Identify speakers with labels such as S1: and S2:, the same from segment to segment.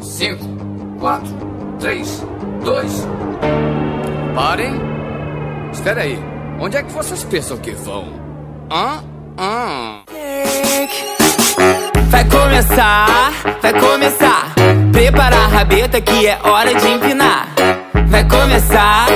S1: 5, 4, 3, 2. Parem! Espera aí, onde é que vocês pensam que vão? Hã? Hã?
S2: Vai começar, vai começar. Prepara a rabeta que é hora de empinar. Vai começar,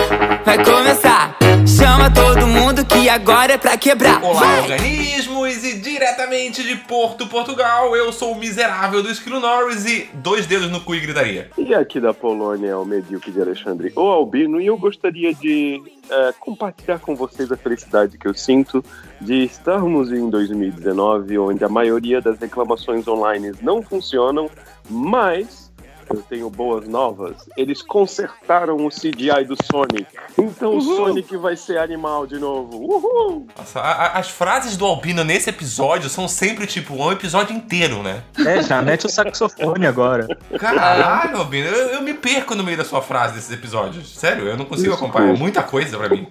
S2: vai começar. Chama todo mundo que agora é pra quebrar.
S3: Olá,
S2: Vai!
S3: organismos! E diretamente de Porto, Portugal, eu sou o miserável do Esquilo Norris e dois dedos no cu e gritaria.
S4: E aqui da Polônia é o medíocre de Alexandre ou Albino, e eu gostaria de eh, compartilhar com vocês a felicidade que eu sinto de estarmos em 2019, onde a maioria das reclamações online não funcionam, mas eu tenho boas novas. Eles consertaram o CGI do Sonic. Então o Sonic vai ser animal de novo. Uhul!
S3: Nossa, a- a- as frases do Albino nesse episódio são sempre tipo um episódio inteiro, né?
S5: É, já mete o saxofone agora. É
S3: Caralho, Albino, eu, eu me perco no meio da sua frase desses episódios. Sério, eu não consigo
S4: Isso,
S3: acompanhar. É
S4: pô.
S3: muita coisa pra mim.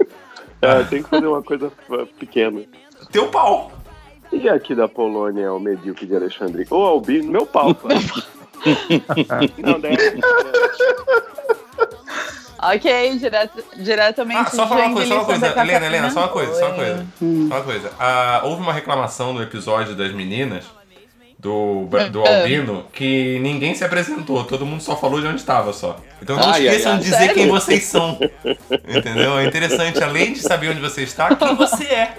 S4: É, tem que fazer uma coisa eh, pequena.
S3: Teu pau!
S4: E aqui da Polônia é o medíocre de Alexandre ou Albino, meu pau. claro. não,
S6: né?
S4: daí,
S7: Ok, direto, diretamente.
S3: Ah, só falar uma coisa, só uma
S7: de Joinville,
S3: coisa.
S7: Santa
S3: Helena, Helena, só uma coisa, só uma
S7: Oi.
S3: coisa.
S7: Hum.
S3: Só uma coisa. Ah, houve uma reclamação no episódio das meninas do, Bra-
S7: Hum,
S3: do
S7: ah.
S3: Albino que ninguém se apresentou, todo mundo só falou de onde estava só. Então não
S4: Ai, ai,
S3: esqueçam
S4: ai.
S3: de dizer
S7: Sério?
S3: quem vocês são. Entendeu? É interessante, além de saber onde você está, quem você é.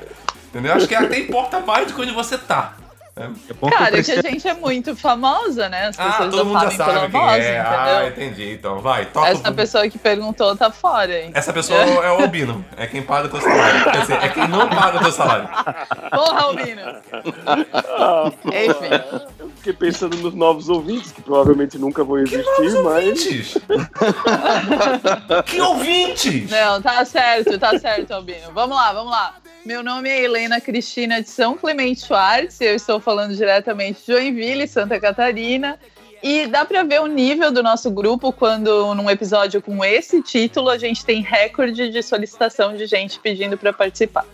S3: Entendeu? Acho que até importa mais do que onde você tá.
S5: É bom que eu
S7: Cara, que
S5: prestei...
S7: a gente é muito famosa, né? As
S3: Ah,
S7: pessoas
S3: todo
S7: não
S3: mundo já
S7: sabem pela
S3: sabe quem
S7: voz,
S3: é. Ah,
S7: entendeu?
S3: entendi. Então, vai, toca o-
S7: Essa pessoa que perguntou tá fora, hein?
S3: Essa pessoa é o Albino. É quem paga o teu salário. Quer dizer, é quem não paga o teu salário.
S7: Porra, Albino! Enfim,
S4: eu Ah, fiquei pensando nos novos ouvintes, que provavelmente nunca vão existir, mas.
S3: ouvintes? que ouvintes?
S7: não, tá certo, tá certo, Albino. Vamos lá, vamos lá. Meu nome é Helena Cristina de São Clemente Schwartz, eu estou falando diretamente de Joinville, Santa Catarina. E dá pra ver o nível do nosso grupo quando, num episódio com esse título, a gente tem recorde de solicitação de gente pedindo pra participar.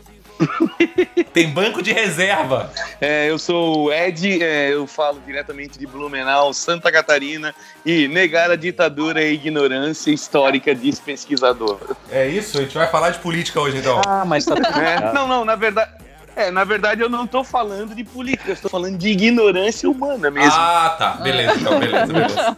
S3: Tem banco de reserva.
S8: É, eu sou o Ed, é, eu falo diretamente de Blumenau, Santa Catarina, e negar a ditadura e a ignorância histórica diz pesquisador.
S3: É isso? A gente vai falar de política hoje, então.
S5: Ah, mas tá tudo
S8: É,
S5: bem.
S8: não, não, na verdade. É, na verdade eu não tô falando de política, eu estou falando de ignorância humana mesmo. né?
S3: Ah, tá. Beleza, então. Beleza, beleza.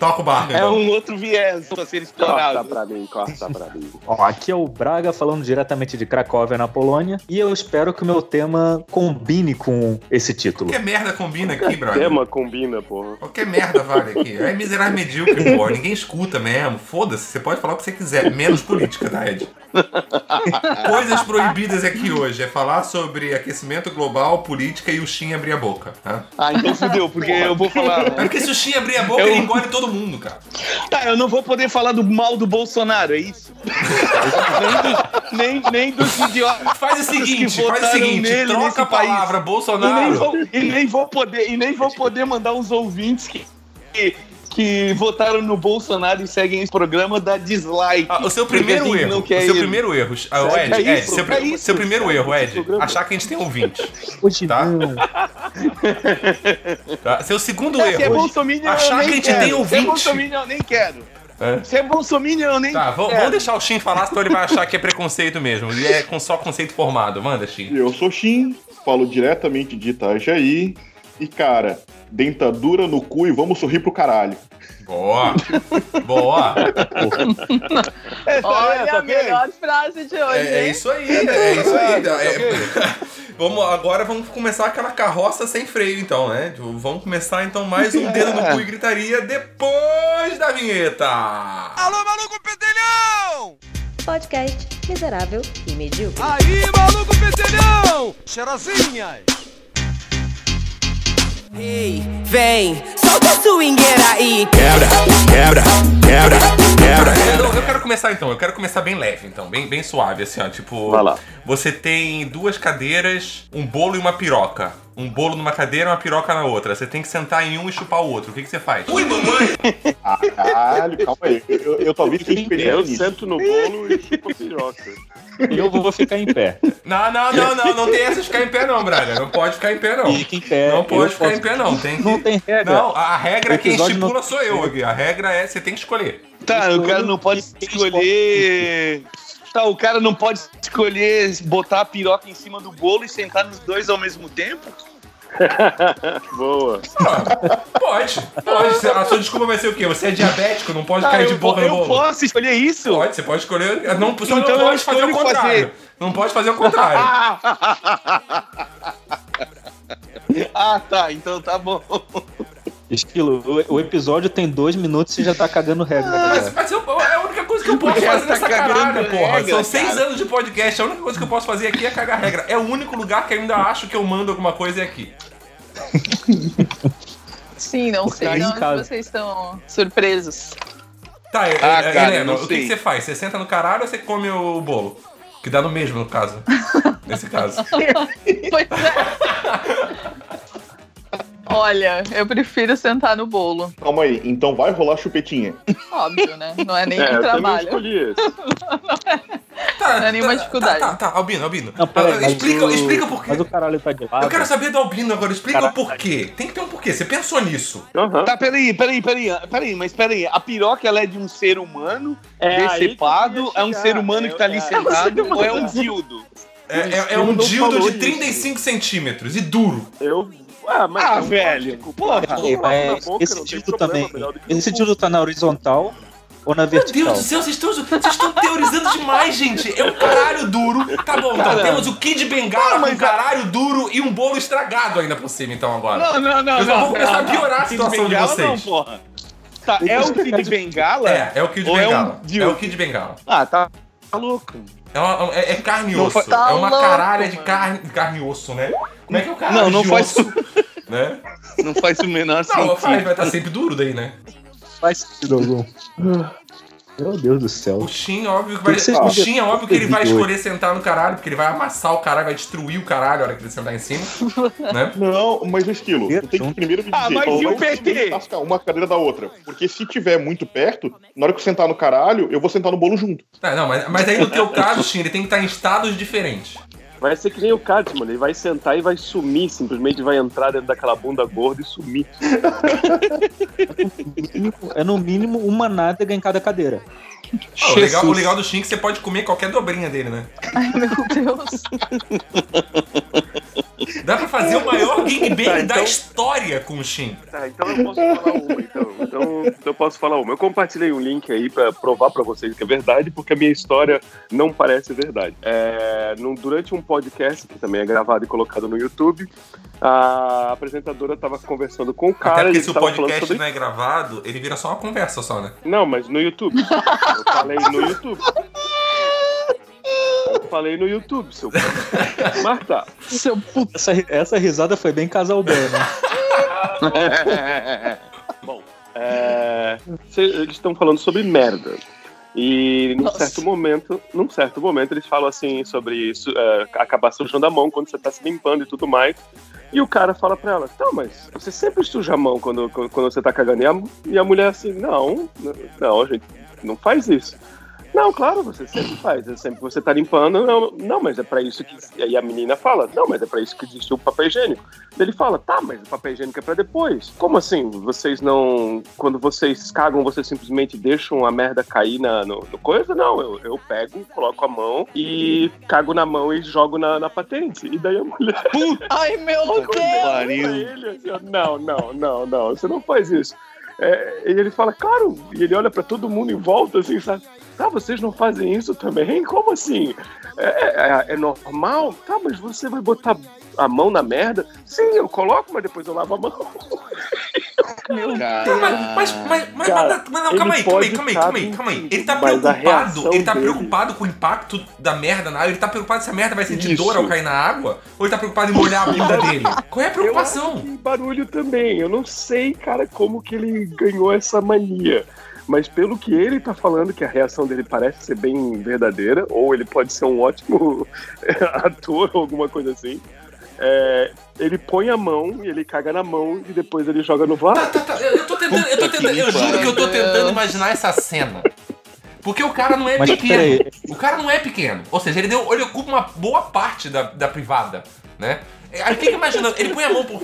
S3: Toca o barco,
S8: é
S3: então.
S8: um outro viés pra
S4: Corta
S8: ser
S3: Ah,
S8: explorado.
S3: tá,
S4: pra mim, corta pra mim.
S5: Ó, aqui é o Braga falando diretamente de Cracóvia, na Polônia, e eu espero que o meu tema combine com esse título.
S3: Qualquer merda combina aqui, brother.
S4: Tema combina, porra.
S3: Qualquer merda vale aqui. É miserável medíocre, pô. Ninguém escuta mesmo. Foda-se. Você pode falar o que você quiser. Menos política, tá, Ed? Coisas proibidas aqui hoje. É falar sobre aquecimento global, política e o Shin abrir a boca, tá?
S8: Ah, então fudeu, porque eu vou falar.
S3: É porque se o Shin abrir a boca,
S8: Eu-
S3: ele engole todo mundo, cara.
S8: Tá, eu não vou poder falar do mal do Bolsonaro, é isso? nem, dos, nem, nem dos idiotas.
S3: Faz o seguinte,
S8: que
S3: faz o
S8: votaram
S3: seguinte,
S8: nele
S3: troca
S8: nesse
S3: a palavra
S8: país. E nem,
S3: Bolsonaro.
S8: vou, e nem vou poder, e nem vou poder mandar os ouvintes que, que, que votaram no Bolsonaro e seguem esse programa dar dislike.
S3: Ah, o seu
S8: Porque
S3: primeiro
S8: assim,
S3: erro,
S8: não quer
S3: o seu
S8: ele.
S3: primeiro erro, ah, o
S8: É
S3: Ed, Ed,
S8: isso,
S3: seu,
S8: é
S3: pri-
S8: isso,
S3: seu primeiro
S4: cara,
S3: erro,
S4: esse
S3: Ed,
S4: programa.
S3: achar que a gente tem ouvinte,
S5: Hoje
S3: Tá.
S5: não.
S3: tá? Seu segundo
S8: Se é
S3: erro,
S8: bolsominion,
S3: achar
S8: eu
S3: que
S8: nem
S3: a gente
S8: quero.
S3: tem
S8: Se é
S3: ouvinte.
S8: bolsominion, eu nem quero.
S3: É.
S8: Se é bolsominion, eu nem
S3: tá, vamos,
S8: quero.
S3: vamos deixar o Shin falar, senão ele vai achar que é preconceito mesmo, e é com só conceito formado, manda Shin.
S6: Eu sou Shin, falo diretamente de Itajaí. E, cara, dentadura no cu e vamos sorrir pro caralho.
S3: Boa, boa,
S8: É, tá, é,
S7: Olha
S8: tá
S7: a
S8: ok?
S7: melhor frase de hoje,
S3: é, é
S7: hein?
S3: isso aí, é isso aí,
S8: Tá,
S3: é-
S8: ok.
S3: Vamos, agora vamos começar aquela carroça sem freio, então, né? Tipo, Vamos começar então mais um dedo no cu e gritaria depois da vinheta.
S9: Podcast miserável e medíocre.
S2: Ei, vem, solta a swingueira aí.
S3: Eu, não- eu quero começar então, eu quero começar bem leve, então, bem, bem suave, assim, ó. Tipo,
S4: Vai lá.
S3: você tem duas cadeiras, um bolo e uma piroca. um bolo numa cadeira e uma piroca na outra. Você tem que sentar em um e chupar o outro. O que, que você faz?
S6: Ah, caralho, calma aí. Eu, eu, eu talvez tenha experiência
S4: Eu
S6: nisso.
S4: sento no bolo e chupo a piroca.
S5: E eu vou ficar em pé.
S3: Não, não, não, não. Não tem essa de ficar em pé, não, brother. Não pode ficar em pé, não.
S5: Fica em pé.
S3: Não
S5: é eu
S3: pode ficar
S5: posso-
S3: em pé, não. Tem
S5: Não
S3: que...
S5: tem regra.
S3: Não, a regra
S5: O
S3: quem
S5: episódio
S3: estipula sou eu aqui. A regra é você tem que escolher.
S8: Tá, o cara não pode escolher. Tá, o cara não pode escolher botar a piroca em cima do bolo e sentar nos dois ao mesmo tempo?
S4: Boa.
S3: Pode, pode. A sua desculpa vai ser o quê? Você é diabético, não pode
S8: Tá,
S3: cair de
S8: eu,
S3: boca
S8: po-
S3: no
S8: eu
S3: bolo.
S8: posso escolher isso?
S3: Pode, você pode escolher. Não, só
S8: Então
S3: não
S8: eu
S3: pode fazer o
S8: escolho fazer.
S3: contrário. Não pode fazer o contrário.
S8: Ah, tá, então tá bom.
S5: Esquilo, o, o episódio tem dois minutos e já tá cagando regra.
S3: Mas,
S5: cara.
S3: mas eu- é a única coisa que eu posso
S8: Essa
S3: fazer nessa
S8: cagando
S3: caralho, porra.
S8: regra,
S3: São seis
S8: cara.
S3: anos de podcast, a única coisa que eu posso fazer aqui é cagar regra. É o único lugar que eu ainda acho que eu mando alguma coisa é aqui.
S7: Sim, não
S5: Porque
S7: sei
S5: aí
S7: de
S5: em
S7: onde
S5: casa-
S7: vocês estão surpresos.
S3: Tá, é-
S8: Ah,
S3: é-
S8: cara,
S3: Helena,
S8: não
S3: o que, que
S8: sei.
S3: você faz? Você senta no caralho ou você come o bolo? Que dá no mesmo, no caso. Nesse caso.
S7: Pois é. Olha, eu prefiro sentar no bolo.
S6: Calma aí, então vai rolar chupetinha.
S7: Óbvio, né? Não é nem
S4: É,
S7: um
S4: eu também
S7: trabalho.
S4: escolhi esse.
S3: Tá,
S7: Não é nenhuma
S3: tá,
S7: dificuldade.
S3: Tá, tá, tá, Albino, Albino. Ah,
S5: Não, peraí, mas
S3: explica,
S5: o-
S3: explica por quê.
S5: Mas o caralho tá de lado.
S3: Eu quero saber do Albino agora, explica
S5: Caraca.
S3: o porquê. Tem que ter um porquê, você pensou nisso.
S4: Aham.
S8: Tá, peraí, peraí, peraí, peraí, mas peraí. A piroca ela é de um ser humano
S10: É aí que eu ia
S8: decepado, é um
S10: chegar.
S8: ser humano que tá ali
S10: É, é.
S8: sentado ou é um dildo?
S3: É, é- é
S4: Eu
S3: um
S4: não
S3: dildo
S4: falou
S3: de
S4: isso.
S3: 35 centímetros e duro.
S4: Eu. Ah, mas.
S8: Ah,
S4: é um
S8: velho,
S4: plástico,
S8: porra.
S4: plástico,
S5: Ei,
S4: coloca na
S5: mas
S4: boca,
S5: esse
S4: não tem
S5: título
S4: problema,
S5: também.
S4: melhor do que
S5: Esse
S4: no
S5: título tá na horizontal ou na
S3: Meu Deus
S5: vertical?
S3: do céu, vocês estão, vocês estão teorizando demais, gente. É um caralho duro. Tá bom, então temos o Kid Bengala com um caralho duro e um bolo estragado ainda por cima, então, agora.
S8: Não, não, não.
S3: Eu só
S8: não,
S3: vou começar a
S8: não,
S3: piorar a
S8: não.
S3: situação de
S8: Bengala
S3: vocês.
S8: Não, porra. Tá, é o Kid Bengala?
S3: É, é o Kid
S8: Ou é um
S3: Bengala. É,
S8: dildo?
S3: o Kid Bengala.
S8: Ah, tá, tá louco.
S3: É, uma- é- é carne e
S8: Não
S3: osso.
S8: faz-
S7: tá
S3: é uma
S7: louco,
S3: caralha de
S7: mano.
S3: carne, carne e osso, né? Como é que é o caralho
S8: Não, não
S3: de
S8: faz-
S3: osso? né?
S8: Não faz o menor
S3: Não,
S8: sentido.
S3: faz, vai estar sempre duro daí, né?
S5: Faz sentido algum. Meu Deus do céu.
S3: O Shin, óbvio que vai.
S5: Tem que ser um
S3: O
S5: escolher-
S3: Shin é óbvio que ele vai
S5: escolher.
S3: escolher sentar no caralho, porque ele vai amassar o caralho, vai destruir o caralho a hora que ele sentar em cima. né?
S6: Não,
S4: é
S6: mas o esquilo, tu tem que primeiro me dizer.
S8: Ah, mas
S6: qual
S8: e o
S6: vai ser
S8: PT?
S6: tascar Uma cadeira da outra. Porque se tiver muito perto, na hora que eu sentar no caralho, eu vou sentar no bolo junto.
S3: Tá, não, mas, mas aí no teu caso, Shin, ele tem que estar em estados diferentes.
S4: Vai ser que nem o Katz, mano. Ele vai sentar e vai sumir, simplesmente vai entrar dentro daquela bunda gorda e sumir.
S5: É no mínimo uma nádega em cada cadeira.
S3: Ah, o, legal, o legal do Shin é que você pode comer qualquer dobrinha dele, né?
S7: Ai, meu Deus.
S3: Dá pra fazer o maior gangbang
S4: Tá,
S3: da
S4: então-
S3: história com o Shin.
S4: Tá, então eu posso falar uma, então. Então, então eu posso falar uma. Eu compartilhei um link aí pra provar pra vocês que é verdade, porque a minha história não parece verdade. É, num- durante um podcast, que também é gravado e colocado no YouTube, a apresentadora tava conversando com o cara...
S3: Até porque
S4: eles
S3: se o
S4: estavam falando
S3: podcast
S4: sobre-
S3: não é gravado, ele vira só uma conversa só, né?
S4: Não, mas no YouTube. Eu falei no YouTube. Eu falei no YouTube, seu... p****. Mas tá.
S7: Seu puto.
S5: Essa, essa risada foi bem casal bem, né?
S4: É, cê- eles estão falando sobre merda. E num
S7: Nossa.
S4: certo momento, num certo momento, eles falam assim sobre isso, é, acabar sujando a mão quando você tá se limpando e tudo mais. E o cara fala pra ela, tá, mas você sempre suja a mão quando, quando quando você tá cagando. E a, e a mulher assim, não, n- não, gente, não faz isso. Não, claro, você sempre faz. é Sempre que você tá limpando, não, não, mas é pra isso que. E aí a menina fala, não, mas é pra isso que existe o papel higiênico. Ele fala, tá, mas o papel higiênico é pra depois. Como assim? Vocês não. Quando vocês cagam, vocês simplesmente deixam a merda cair na no, no coisa? Não, eu, eu pego, coloco a mão e cago na mão e jogo na, na patente. E daí a mulher
S7: Ai, meu Deus.
S4: olha pra ele assim, ó, não, não, não, não, você não faz isso. É, e ele fala, claro, e ele olha pra todo mundo em volta, assim, sabe? Tá, vocês não fazem isso também? Como assim? É, é- é normal? Tá, mas você vai botar a mão na merda? Sim, eu coloco, mas depois eu lavo a mão.
S3: Tá, mas, mas, mas, mas,
S4: É, Cara,
S3: mas não, calma
S4: ele
S3: aí, calma aí,
S4: pode
S3: calma aí,
S4: tá
S3: calma aí, calma aí. Ele tá
S4: mentindo, mas a
S3: preocupado, ele tá
S4: reação
S3: preocupado com o impacto da merda na água, ele tá preocupado se a merda vai sentir
S6: Isso.
S3: dor ao cair na água, ou ele tá preocupado em molhar a bunda dele? Qual é a
S4: Eu acho
S3: preocupação?
S4: que barulho também. Eu não sei, cara, como que ele ganhou essa mania. Mas pelo que ele tá falando, que a reação dele parece ser bem verdadeira, ou ele pode ser um ótimo ator ou alguma coisa assim. é, ele põe a mão e ele caga na mão e depois ele joga no vaso.
S3: Tá, tá, eu tô tentando, eu tô tentando, eu juro que eu tô
S4: É.
S3: tentando imaginar essa cena. Porque o cara não é
S5: Mas peraí.
S3: pequeno. O cara não é pequeno. Ou seja, ele, deu, ele ocupa uma boa parte da, da privada, né? Aí fica imaginando, ele põe a mão por,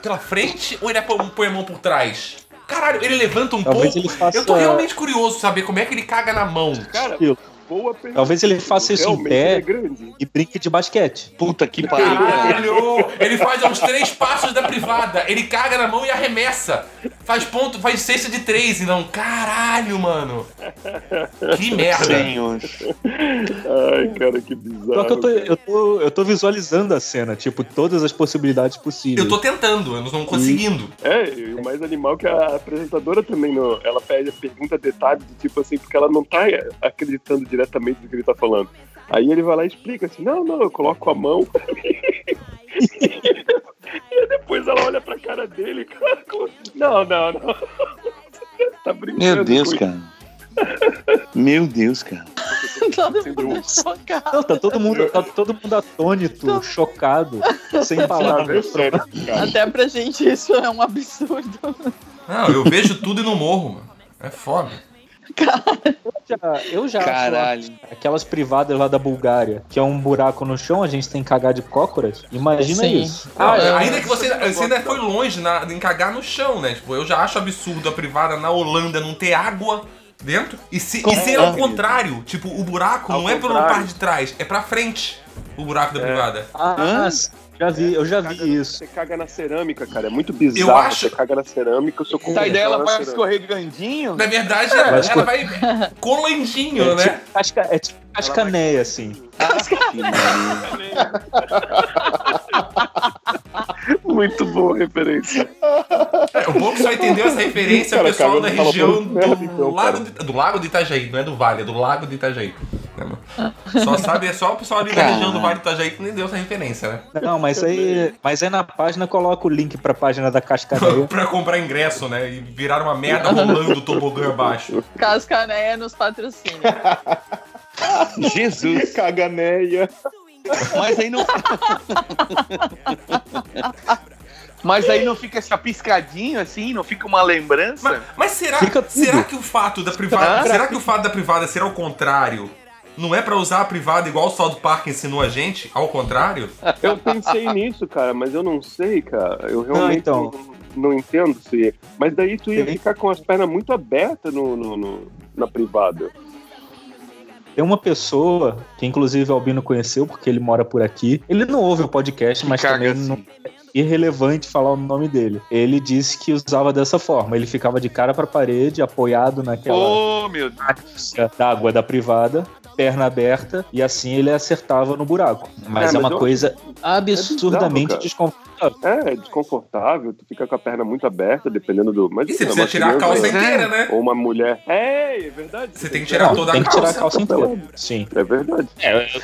S3: pela frente ou ele põe põe a mão por trás? Caralho, ele levanta um
S5: Talvez
S3: pouco.
S5: ele faça-
S3: Eu tô realmente curioso saber como é que ele caga na mão.
S4: Cara,
S5: Aquilo.
S4: boa pergunta.
S5: Talvez ele faça isso em
S4: Realmente
S5: pé
S4: é grande.
S5: e brinque de basquete.
S8: Puta que pariu.
S3: Caralho! Ele faz uns três passos da privada. Ele caga na mão e arremessa. Faz ponto, faz cesta de três e não. Caralho, mano. Que merda.
S8: Senhor.
S4: Ai, cara, que
S5: Pior
S4: bizarro.
S5: que eu tô, eu, tô, eu tô visualizando a cena, tipo, todas as possibilidades possíveis.
S3: Eu tô tentando, eu não tô conseguindo.
S4: É, e o mais animal que a apresentadora também, não, ela pede, pergunta detalhes do tipo assim, porque ela não tá acreditando diretamente no que ele tá falando. Aí ele vai lá e explica assim, não, não, eu coloco a mão. e depois ela olha pra cara dele, cara, como- assim? não, não, não. tá brincando.
S8: Meu Deus,
S4: com
S8: cara. Meu Deus, cara.
S7: Todo
S4: Sem
S7: mundo chocado.
S5: Não, tá todo mundo, tá todo mundo atônito, chocado, sem
S4: isso.
S5: palavras.
S4: É Sério, cara.
S7: Até pra gente isso é um absurdo.
S3: Não, eu vejo tudo e não morro, mano. É foda.
S5: Já- Eu
S8: Tá
S5: já acho
S8: Caralho.
S5: aquelas privadas lá da Bulgária, que é um buraco no chão, a gente tem que cagar de cócoras. Imagina
S7: Sim.
S5: isso.
S3: Não,
S5: Ah, é.
S3: ainda que você, você ainda foi longe na, em cagar no chão, né? Tipo, eu já acho absurdo a privada na Holanda não ter água dentro. E se, e ser ao contrário, tipo, o buraco
S4: Ao
S3: não é pela
S4: contrário.
S3: parte de trás, é pra frente o buraco
S6: É.
S3: da privada.
S5: Ah,
S8: Hã?
S5: já vi, eu já
S4: Caga-
S5: vi isso.
S4: Você caga na cerâmica, cara. É muito bizarro.
S3: Eu acho- Tá,
S4: Você caga na cerâmica, o seu cu
S8: Sai
S4: fica
S8: dela,
S4: na
S8: vai
S4: cerâmica.
S8: escorregandinho.
S3: Na verdade, ela,
S5: Mas
S3: ela vai colandinho,
S5: É
S3: né?
S5: tipo, casca, é tipo cascaneia, assim.
S4: Muito boa referência.
S3: É, o pouco só entendeu essa referência, o
S6: tipo- Cara,
S3: pessoal
S6: cara,
S3: da
S6: eu falo
S3: região
S6: muito merda,
S3: do
S6: então,
S3: lago,
S6: cara.
S3: de, do lago de Itajaí, não é do Vale, é do lago de Itajaí. né, mano? Só sabe, é só o pessoal ali da
S8: Cara.
S3: região do Vale de Itajaí que entendeu essa referência, né?
S5: Não, mas aí, mas aí na página coloca o link pra página da cascaneia.
S3: pra comprar ingresso, né? E virar uma merda rolando o tobogã abaixo.
S7: Cascaneia é nos patrocínios.
S8: Jesus.
S6: Caganeia.
S8: Mas aí não. Mas aí não fica chapiscadinho assim, não fica uma lembrança.
S3: Mas, mas será,
S5: Fica tudo.
S3: será que o fato da privada.
S8: Ah.
S3: será que o fato da privada ser ao contrário? Não é pra usar a privada igual o South Park ensinou a gente? Ao contrário?
S4: Eu pensei nisso, cara, mas eu não sei, cara. Eu realmente
S5: então.
S4: não, não entendo se. Mas daí tu ia
S5: Tem-
S4: ficar com as pernas muito abertas no, no- no- na privada.
S5: Tem uma pessoa, que inclusive o Albino conheceu, porque ele mora por aqui. Ele não ouve o podcast, mas
S8: Caga
S5: também
S8: assim.
S5: não é irrelevante falar o nome dele. Ele disse que usava dessa forma. Ele ficava de cara pra parede, apoiado naquela
S8: Oh, meu Deus.
S5: caixa d'água da privada, perna aberta, e assim ele acertava no buraco. Mas é,
S4: É, mas
S5: uma
S4: eu-
S5: coisa absurdamente
S4: cara.
S5: desconfortável.
S4: É, é desconfortável, tu fica com a perna muito aberta, dependendo do. Mas
S3: E você
S4: é uma
S3: precisa tirar a
S4: criança,
S3: calça
S8: é.
S3: inteira, né?
S4: Ou uma mulher. É, é verdade.
S3: Você tem que tirar
S5: Não,
S3: toda a
S5: tem que tirar a
S3: calça.
S5: calça inteira. Sim.
S4: É verdade.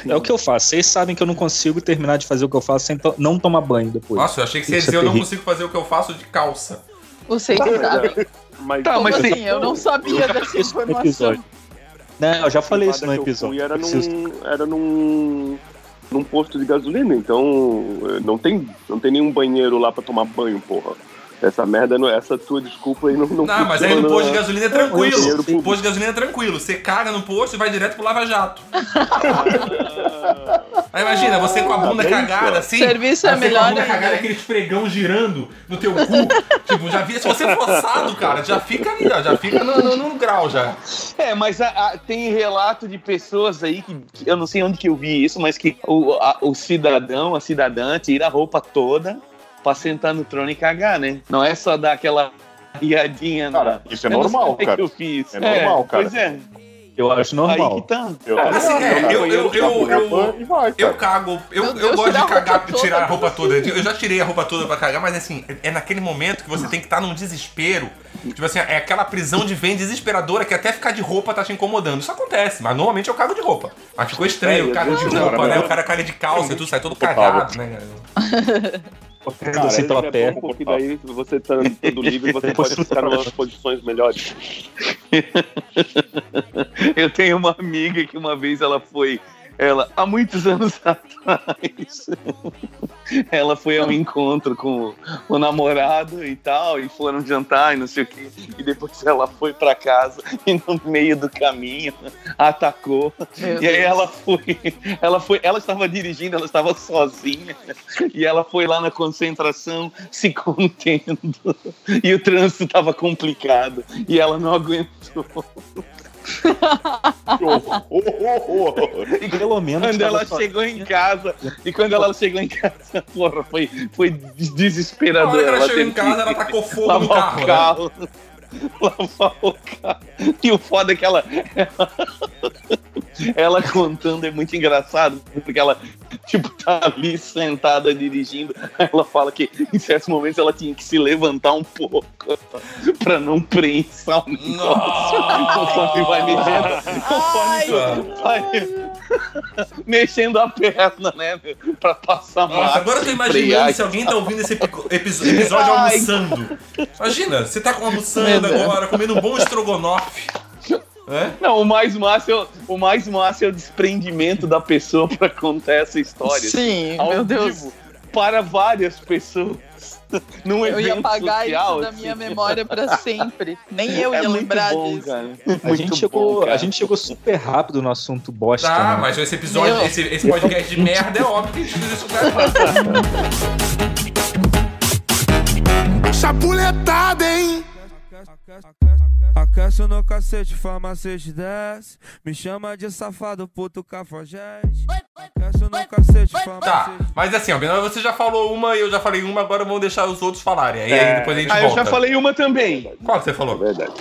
S5: É o que eu faço. Vocês sabem que eu não consigo terminar de fazer o que eu faço sem to- não tomar banho depois.
S3: Nossa, eu achei que você ia
S5: Isso é
S3: dizer eu não
S5: terrível.
S3: consigo fazer o que eu faço de calça.
S7: Vocês
S4: É
S7: sabem.
S4: Mas,
S8: Tá,
S7: Como
S8: mas
S7: assim?
S8: tem-
S7: Eu não sabia dessa
S5: Isso no
S7: informação.
S5: episódio. Não, eu já falei isso no
S4: privada que eu fui
S5: episódio.
S4: Era
S5: Preciso-
S4: num, era num, num posto de gasolina, então eh, não tem, não tem nenhum banheiro lá pra tomar banho, porra. Essa merda, não, essa tua desculpa aí não não né?
S3: Não, mas aí no posto de gasolina é
S4: Banheiro
S3: tranquilo.
S4: público.
S3: Posto de gasolina é tranquilo. Você caga no posto e vai direto pro Lava Jato. Aí imagina, você com a bunda
S4: bem,
S3: cagada
S4: pô.
S3: assim.
S7: Serviço é
S3: aí você com a
S7: melhor
S3: bunda cagada,
S7: ainda.
S3: aquele esfregão girando no teu cu. tipo, já vi. Se você é forçado, cara, já fica ali, ó, já fica no, no- no grau já.
S8: É, mas a- a- tem relato de pessoas aí que, que eu não sei onde que eu vi isso, mas que o, a- o cidadão, a cidadã tira a roupa toda pra sentar no trono e cagar, né? Não é só dar aquela riadinha. na-
S6: Cara, isso é
S8: Eu não sei
S6: normal,
S8: onde é
S6: cara.
S8: Que eu fiz.
S6: É normal, cara.
S8: Pois é.
S5: Eu acho
S8: Aí que
S5: normal.
S8: tá.
S6: Eu,
S4: Ah,
S3: Assim, é, eu- eu- eu- eu-
S6: e vai, cara.
S3: Eu cago, eu,
S7: Meu
S3: eu
S7: Deus,
S3: gosto
S7: tirar
S3: de
S7: a roupa
S3: cagar,
S7: toda,
S3: tirar a roupa
S7: como
S3: toda. Eu já tirei a roupa toda pra cagar, mas assim, é naquele momento que você tem que estar num desespero. Tipo assim, é aquela prisão de vem desesperadora que até ficar de roupa tá te incomodando. Isso acontece, mas normalmente eu cago de roupa. Mas ficou estranho,
S4: É,
S3: eu cago de
S4: não,
S3: roupa,
S6: cara,
S3: né?
S6: não.
S3: O cara caga de calça e tu sai todo cagado, né, cara?
S5: Correndo
S6: Cara,
S5: assim
S6: ele
S5: pela
S4: é
S5: perna.
S4: bom porque daí você tá todo livre, você pode
S8: tá
S4: ficar em umas posições melhores.
S8: Eu tenho uma amiga que uma vez ela foi Ela, há muitos anos atrás, ela foi a um encontro com o namorado e tal, e foram jantar e não sei o quê. E depois ela foi pra casa e no meio do caminho atacou. e aí ela foi, ela foi, ela estava dirigindo, ela estava sozinha. E ela foi lá na concentração se contendo. E o trânsito estava complicado e ela não aguentou.
S6: Que horror, horror, horror.
S5: Pelo menos.
S8: Quando
S5: tava
S8: ela
S5: só-
S8: chegou em casa, e quando ela chegou em casa, porra, foi, foi
S3: Na hora
S8: desesperador.
S3: que ela chegou em
S8: teve
S3: casa,
S8: que
S3: ela tacou fogo no
S8: lavar
S3: carro.
S8: o
S3: Né?
S8: carro. Lavar o carro. E o foda é que ela. Ela contando é muito engraçado, porque ela, tipo, tá ali sentada dirigindo. aí Ela fala que em certos momentos ela tinha que se levantar um pouco pra não prensar o negócio. Conforme vai mexendo,
S7: Ai,
S3: Nossa,
S8: vai mexendo a perna, né? meu, Pra passar
S3: Nossa,
S8: marcha,
S3: agora eu tô
S8: frear.
S3: imaginando se alguém tá ouvindo esse epico- episo- episódio
S8: Ai.
S3: almoçando. Imagina, você tá com almoçando
S8: Meu Deus.
S3: agora, comendo um bom estrogonofe. né?
S8: Não, o mais massa é o, o mais massa é o desprendimento da pessoa pra contar essa história.
S7: Sim,
S8: Ao
S7: meu Deus.
S8: vivo, para várias pessoas. Num
S7: Eu ia
S8: evento
S7: apagar
S8: social,
S7: isso da
S8: assim.
S7: minha memória pra sempre. Nem eu
S8: É
S7: ia
S8: muito
S7: lembrar
S8: bom,
S7: disso.
S8: cara.
S5: A gente,
S8: Muito
S5: chegou,
S8: bom, cara.
S5: a gente chegou super rápido no assunto bosta.
S3: Tá,
S5: né?
S3: mas esse episódio,
S7: Meu.
S3: esse, esse podcast de merda é óbvio que a gente fez isso cara.
S1: Chapuletada, hein?
S10: Aquece no cacete, farmacêutico desce. Me chama de safado, puto cafajeste. Aquece no cacete,
S3: Tá,
S10: farmacêutico
S3: mas assim, ó, Bernardo, você já falou uma e eu já falei uma, agora vamos deixar os outros falarem. Aí, aí depois a gente
S8: Ah, eu
S3: volta.
S8: já falei uma também.
S3: Qual que você falou?
S4: é Verdade.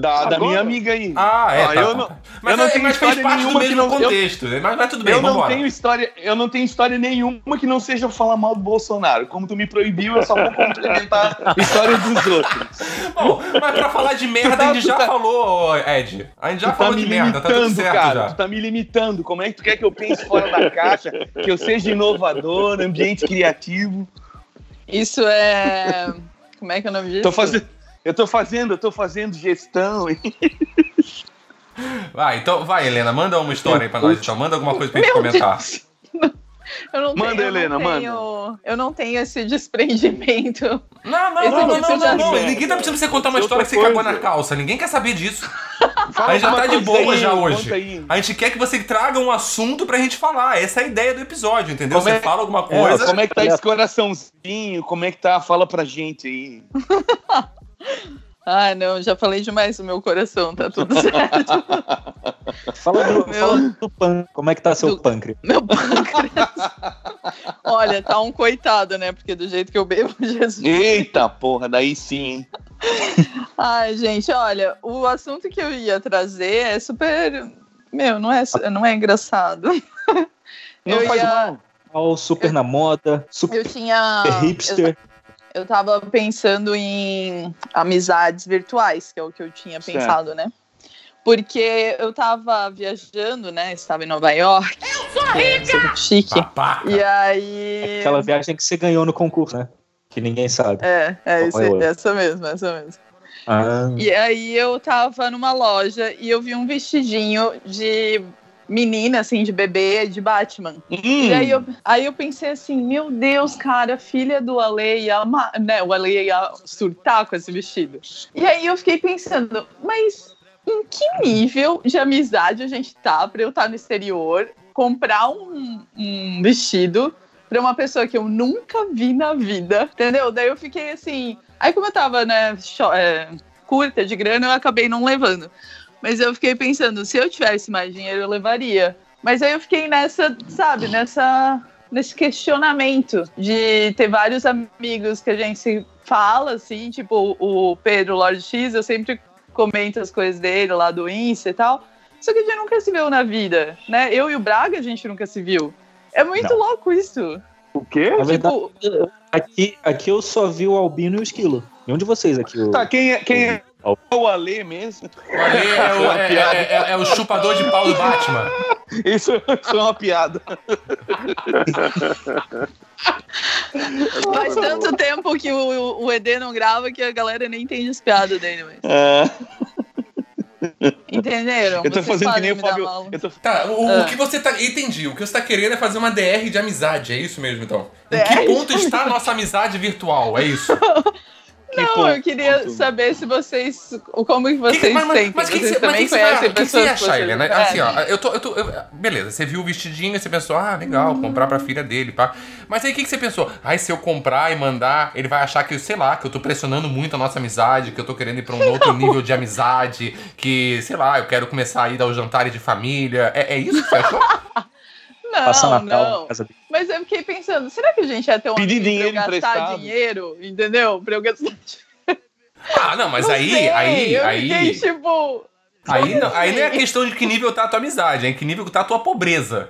S8: Da, da
S6: Agora?
S8: minha amiga aí.
S3: Ah, é.
S8: Ah,
S3: tá,
S8: eu
S3: tá.
S8: não-
S3: mas,
S8: eu não
S3: é,
S8: tenho
S3: mas faz
S8: história
S3: parte do
S8: nenhuma que
S3: mesmo
S8: não- eu-
S3: contexto. né? Mas, mas tudo bem,
S8: eu não
S3: vambora.
S8: tenho história, eu não tenho história nenhuma que não seja falar mal do Bolsonaro. Como tu me proibiu, eu só vou complementar a história dos outros.
S3: Bom, mas pra falar de merda, a gente já falou, ô, Ed. A gente já
S8: tá- tu tá
S3: falou
S8: me
S3: de merda, tá tudo
S8: limitando,
S3: certo
S8: cara.
S3: já.
S8: Tu tá me limitando. Como é que tu quer que eu pense fora da caixa, que eu seja inovador, ambiente criativo?
S7: Isso é. Como é que é o nome disso?
S8: Tô fazendo, eu tô fazendo, eu tô fazendo gestão. hein?
S3: Vai, então vai, Helena, manda uma história aí pra nós, então. Manda alguma coisa pra gente comentar.
S7: Eu não
S8: Manda,
S7: tenho,
S8: Helena,
S7: eu não
S8: manda.
S7: tenho- Eu não tenho esse desprendimento.
S3: Não, não,
S7: Esse
S3: não, não,
S7: momento
S3: não,
S7: já
S3: não, não.
S7: sei.
S3: Ninguém tá precisando você contar uma
S8: é Outra
S3: história que você
S8: coisa.
S3: cagou na calça. Ninguém quer saber disso.
S8: Fala
S3: Aí já
S8: alguma
S3: tá de
S8: coisa
S3: boa
S8: aí,
S3: já
S8: conta
S3: hoje.
S8: aí.
S3: A gente quer que você traga um assunto pra gente falar. Essa é a ideia do episódio, entendeu?
S8: Como
S3: você
S8: é-
S3: fala alguma coisa.
S8: Como é que tá esse coraçãozinho? Como é que tá? Fala pra gente aí.
S7: Ah, não, já falei demais do meu coração, tá tudo certo.
S5: Fala, do,
S7: Meu.
S5: fala do pan, como é que tá seu
S7: Do-
S5: pâncreas?
S7: Meu pâncreas. Olha, tá um coitado, né? Porque do jeito que eu bebo, Jesus.
S8: Eita porra, daí sim, hein?
S7: Ai, gente, olha, o assunto que eu ia trazer é super. Meu, não é, não é engraçado.
S8: Não
S7: eu
S8: faz
S7: ia-
S8: mal. É
S5: Ao super na moda, super
S7: Eu tinha.
S5: hipster.
S7: Eu, eu tava pensando em amizades virtuais, que é o que eu tinha
S8: Certo.
S7: pensado, né? Porque eu tava viajando, né? Estava em Nova York. Eu sou rica!
S8: é?
S7: Chique.
S3: Papá.
S7: E aí.
S5: Aquela viagem que você ganhou no concurso, né? Que ninguém sabe.
S7: É, é isso,
S5: Olha.
S7: aí, essa mesmo, essa mesmo.
S5: Ah,
S7: E aí eu tava numa loja e eu vi um vestidinho de menina, assim, de bebê, de Batman. E aí eu, aí eu pensei assim, meu Deus, cara, a filha do Ale ia amar, né? O Ale ia surtar com esse vestido. E aí eu fiquei pensando, mas em que nível de amizade a gente tá pra eu estar no exterior, comprar um, um vestido pra uma pessoa que eu nunca vi na vida, entendeu? Daí eu fiquei assim. Aí como eu tava, né, cho- é, curta de grana, eu acabei não levando. Mas eu fiquei pensando, se eu tivesse mais dinheiro, eu levaria. Mas aí eu fiquei nessa, sabe, nessa nesse questionamento de ter vários amigos que a gente se fala assim, tipo o Pedro Lorde X, eu sempre comento as coisas dele lá do Insta e tal. Só que a gente nunca se viu na vida, né? Eu e o Braga a gente nunca se viu. É muito louco isso.
S4: O quê?
S5: na verdade,
S7: Tipo,
S5: aqui, aqui eu só vi o Albino e o Esquilo. Nenhum de vocês aqui. o-
S8: Tá, quem é, quem é o Ale mesmo?
S3: O Ale é o, é- é- é- é o chupador de pau do Batman.
S8: Isso, isso é uma piada.
S7: faz tanto tempo que o, o ED não grava que a galera nem entende as piadas dele, mas.
S8: É.
S7: Entenderam?
S8: Eu tô
S7: Vocês
S8: fazendo que
S7: podem
S8: nem o
S7: me dar
S8: Fábio.
S7: uma aula.
S8: Eu tô...
S3: Tá, o, o
S7: Ah.
S3: que você tá. Entendi. O que você tá querendo é fazer uma DR de amizade, é isso mesmo, então? Em
S7: DR
S3: que
S8: É
S7: de
S3: ponto está a nossa amizade virtual? É isso.
S7: Não,
S8: ponto?
S7: eu queria
S8: Ponto.
S7: saber se vocês. o- Como que vocês
S3: Que- mas, mas-
S7: sentem.
S3: mas que que
S7: vocês
S3: você- mas
S7: também
S3: que que você vai-
S7: conhecem
S3: que que você
S7: pessoas
S3: ia
S7: que
S3: achar,
S7: vocês
S3: Helena?
S7: não
S3: Assim, ó,
S7: conhecem.
S3: eu tô, eu tô- eu- beleza, você viu o vestidinho e você pensou, ah, legal, comprar pra filha dele, pá. Mas aí o que, que você pensou? Ai, se eu comprar e mandar, ele vai achar que, sei lá, que eu tô pressionando muito a nossa amizade, que eu tô querendo ir pra um outro nível de amizade, que, sei lá, eu quero começar a ir aos jantares de família. É, é isso que você achou?
S5: Passar
S7: É. Não,
S5: Natal na
S7: não.
S5: casa dele.
S7: Mas eu fiquei pensando, será que a gente ia ter um
S8: Pedir
S7: amigo pra eu
S8: dinheiro
S7: gastar
S8: emprestado?
S7: dinheiro? Entendeu? Pra eu gastar dinheiro.
S3: Ah, não, mas
S7: Não
S3: aí,
S7: sei,
S3: aí,
S7: eu
S3: aí.
S7: Fiquei, tipo,
S3: Aí não, aí não é questão de que nível tá a tua amizade, é em que nível tá a tua pobreza.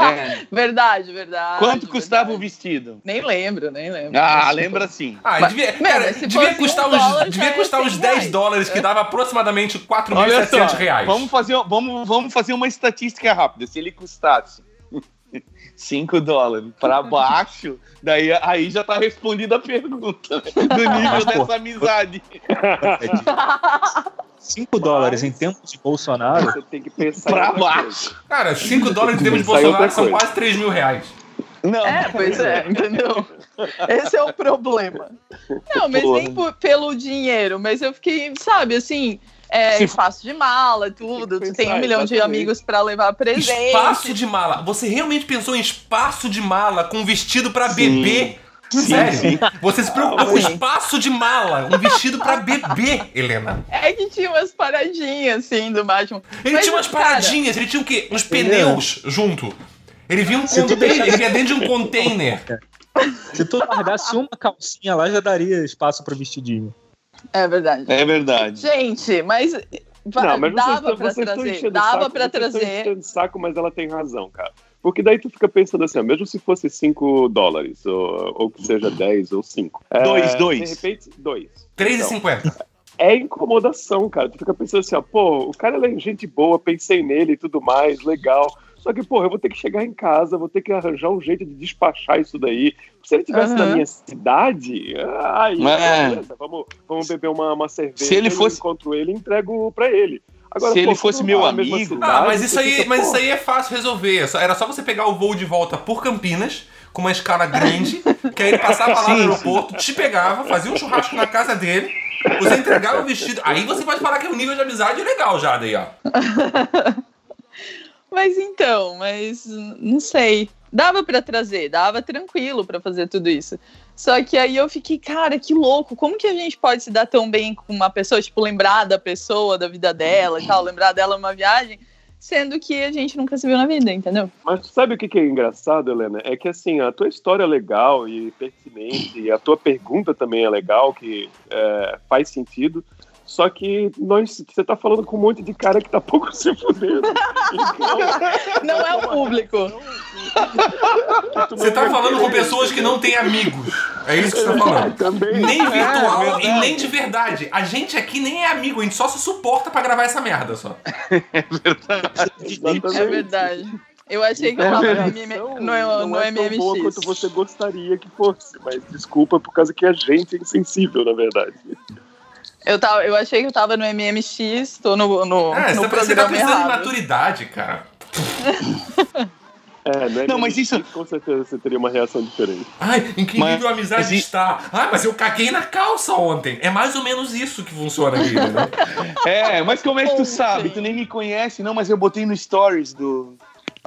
S8: É.
S7: verdade,
S3: Ah,
S7: verdade.
S8: Quanto custava o
S7: verdade.
S8: vestido?
S7: Nem lembro, nem lembro.
S8: Ah,
S7: Mas, tipo,
S8: lembra sim.
S3: Ah,
S7: Mas-
S3: devia,
S7: Mano,
S3: cara,
S7: se
S3: devia
S7: fosse
S3: custar
S7: um
S3: uns,
S7: dólar,
S3: devia
S7: já é
S3: custar
S7: 100
S3: uns 10
S7: reais. É.
S3: dólares, que dava aproximadamente
S8: Olha só,
S3: 4.700 reais.
S8: Vamos fazer, um, vamos, vamos fazer uma estatística rápida. Se ele custasse 5 dólares para baixo, daí aí já tá respondida a pergunta né? do nível
S5: Mas, pô,
S8: dessa amizade.
S5: 5 dólares em tempos de Bolsonaro,
S4: Você tem que pensar. em
S8: Para
S4: outra coisa.
S8: baixo.
S3: Cara, 5 dólares em termos de
S4: Saiu outra
S3: Bolsonaro são
S4: coisa.
S3: quase 3 mil reais.
S8: Não,
S7: É, pois é, entendeu? Esse é o problema. Não, mas nem por- pelo dinheiro, mas eu fiquei, sabe, assim, é,
S8: Se-
S7: espaço de mala, tudo,
S4: Tem que
S7: tu tem
S4: pensar,
S7: um milhão de
S4: exatamente.
S7: amigos pra levar presente.
S3: Espaço de mala. Você realmente pensou em espaço de mala com vestido pra
S8: Sim.
S3: bebê? Sério? Você se preocupou com
S7: Sim.
S3: espaço de mala, um vestido pra bebê, Helena.
S7: É que tinha umas paradinhas, assim, do Batman.
S3: Ele
S7: Mas,
S3: tinha umas
S7: cara,
S3: paradinhas, ele tinha o quê? Uns pneus junto. Ele vinha um container, ele vinha dentro de um container.
S8: Então,
S5: se tu largasse uma calcinha lá, já daria espaço pro vestidinho.
S7: É verdade.
S8: É verdade.
S7: Gente, mas,
S4: Não, mas vocês
S7: dava
S4: tão-
S7: pra
S4: vocês estão
S7: trazer,
S4: enchendo o
S7: dava
S4: saco,
S7: pra
S4: vocês tão
S7: trazer.
S4: enchendo o saco, mas ela tem razão, cara. Porque daí tu fica pensando assim, ó, mesmo se fosse 5 dólares, ou, ou que seja 10 ou 5.
S8: Dois,
S4: De
S8: dois.
S4: repente, 2.
S3: 3,50.
S4: é incomodação, cara. Tu fica pensando assim, ó, pô, o cara ele é gente boa, pensei nele e tudo mais, legal. Só que, pô, eu vou ter que chegar em casa, vou ter que arranjar um jeito de despachar isso daí. Se ele tivesse
S7: Aham.
S4: na minha cidade, aí,
S8: É.
S4: beleza, vamos, vamos beber uma, uma cerveja.
S8: Se ele fosse-
S4: Eu encontro ele e entrego pra ele.
S8: Se
S4: tu
S8: ele fosse
S4: não
S8: meu
S4: tá na mesma
S8: amigo-
S3: Ah,
S4: cidade,
S3: mas
S4: tu
S3: isso aí,
S4: fica,
S3: mas
S4: pô,
S3: isso aí é fácil resolver. Só- Era só você pegar o voo de volta por Campinas, com uma escala grande, que aí ele passava lá no
S8: Sim, sim.
S3: aeroporto, te pegava, fazia um churrasco na casa dele, você entregava o vestido. Aí você pode falar que é um nível de amizade legal já daí, ó.
S7: Mas então, mas não sei. Dava pra trazer, dava tranquilo pra fazer tudo isso. Só que aí eu fiquei, cara, que louco. Como que a gente pode se dar tão bem com uma pessoa, tipo, lembrar da pessoa, da vida dela e tal, lembrar dela numa viagem, sendo que a gente nunca se viu na vida, entendeu?
S4: Mas tu sabe o que que é engraçado, Helena? É que assim, a tua história é legal e pertinente, e a tua pergunta também é legal, que é, faz sentido. Só que nós, você tá falando com um monte de cara que tá pouco se fudendo.
S7: Não é o público.
S3: Você tá falando
S8: é
S3: com pessoas que não têm amigos. É isso que você tá falando.
S4: Também.
S3: Nem virtual
S8: verdade.
S3: e nem de verdade. A gente aqui nem é amigo, a gente só se suporta pra gravar essa merda só.
S7: É verdade. Eu achei que eu tava no, MM, no, no,
S4: É não é tão
S7: MMX.
S4: boa quanto você gostaria que fosse, mas desculpa por causa que a gente é insensível, na verdade.
S7: Eu, tava, eu achei que eu tava no MMX, tô no, no,
S3: Ah,
S7: no
S3: você tá, você tá
S7: um programa
S3: precisando de
S7: errado.
S3: maturidade, cara.
S4: É, é
S8: Não, mas
S4: MMX, Com certeza você teria uma reação diferente.
S3: Ai, em que
S8: Mas-
S3: nível a amizade
S8: mas e-
S3: está? Ah, mas eu caguei na calça ontem. É mais ou menos isso que funciona aqui, entendeu?
S8: É, mas como é que tu
S7: Ontem.
S8: sabe? Tu nem me conhece, não, mas eu botei no stories do.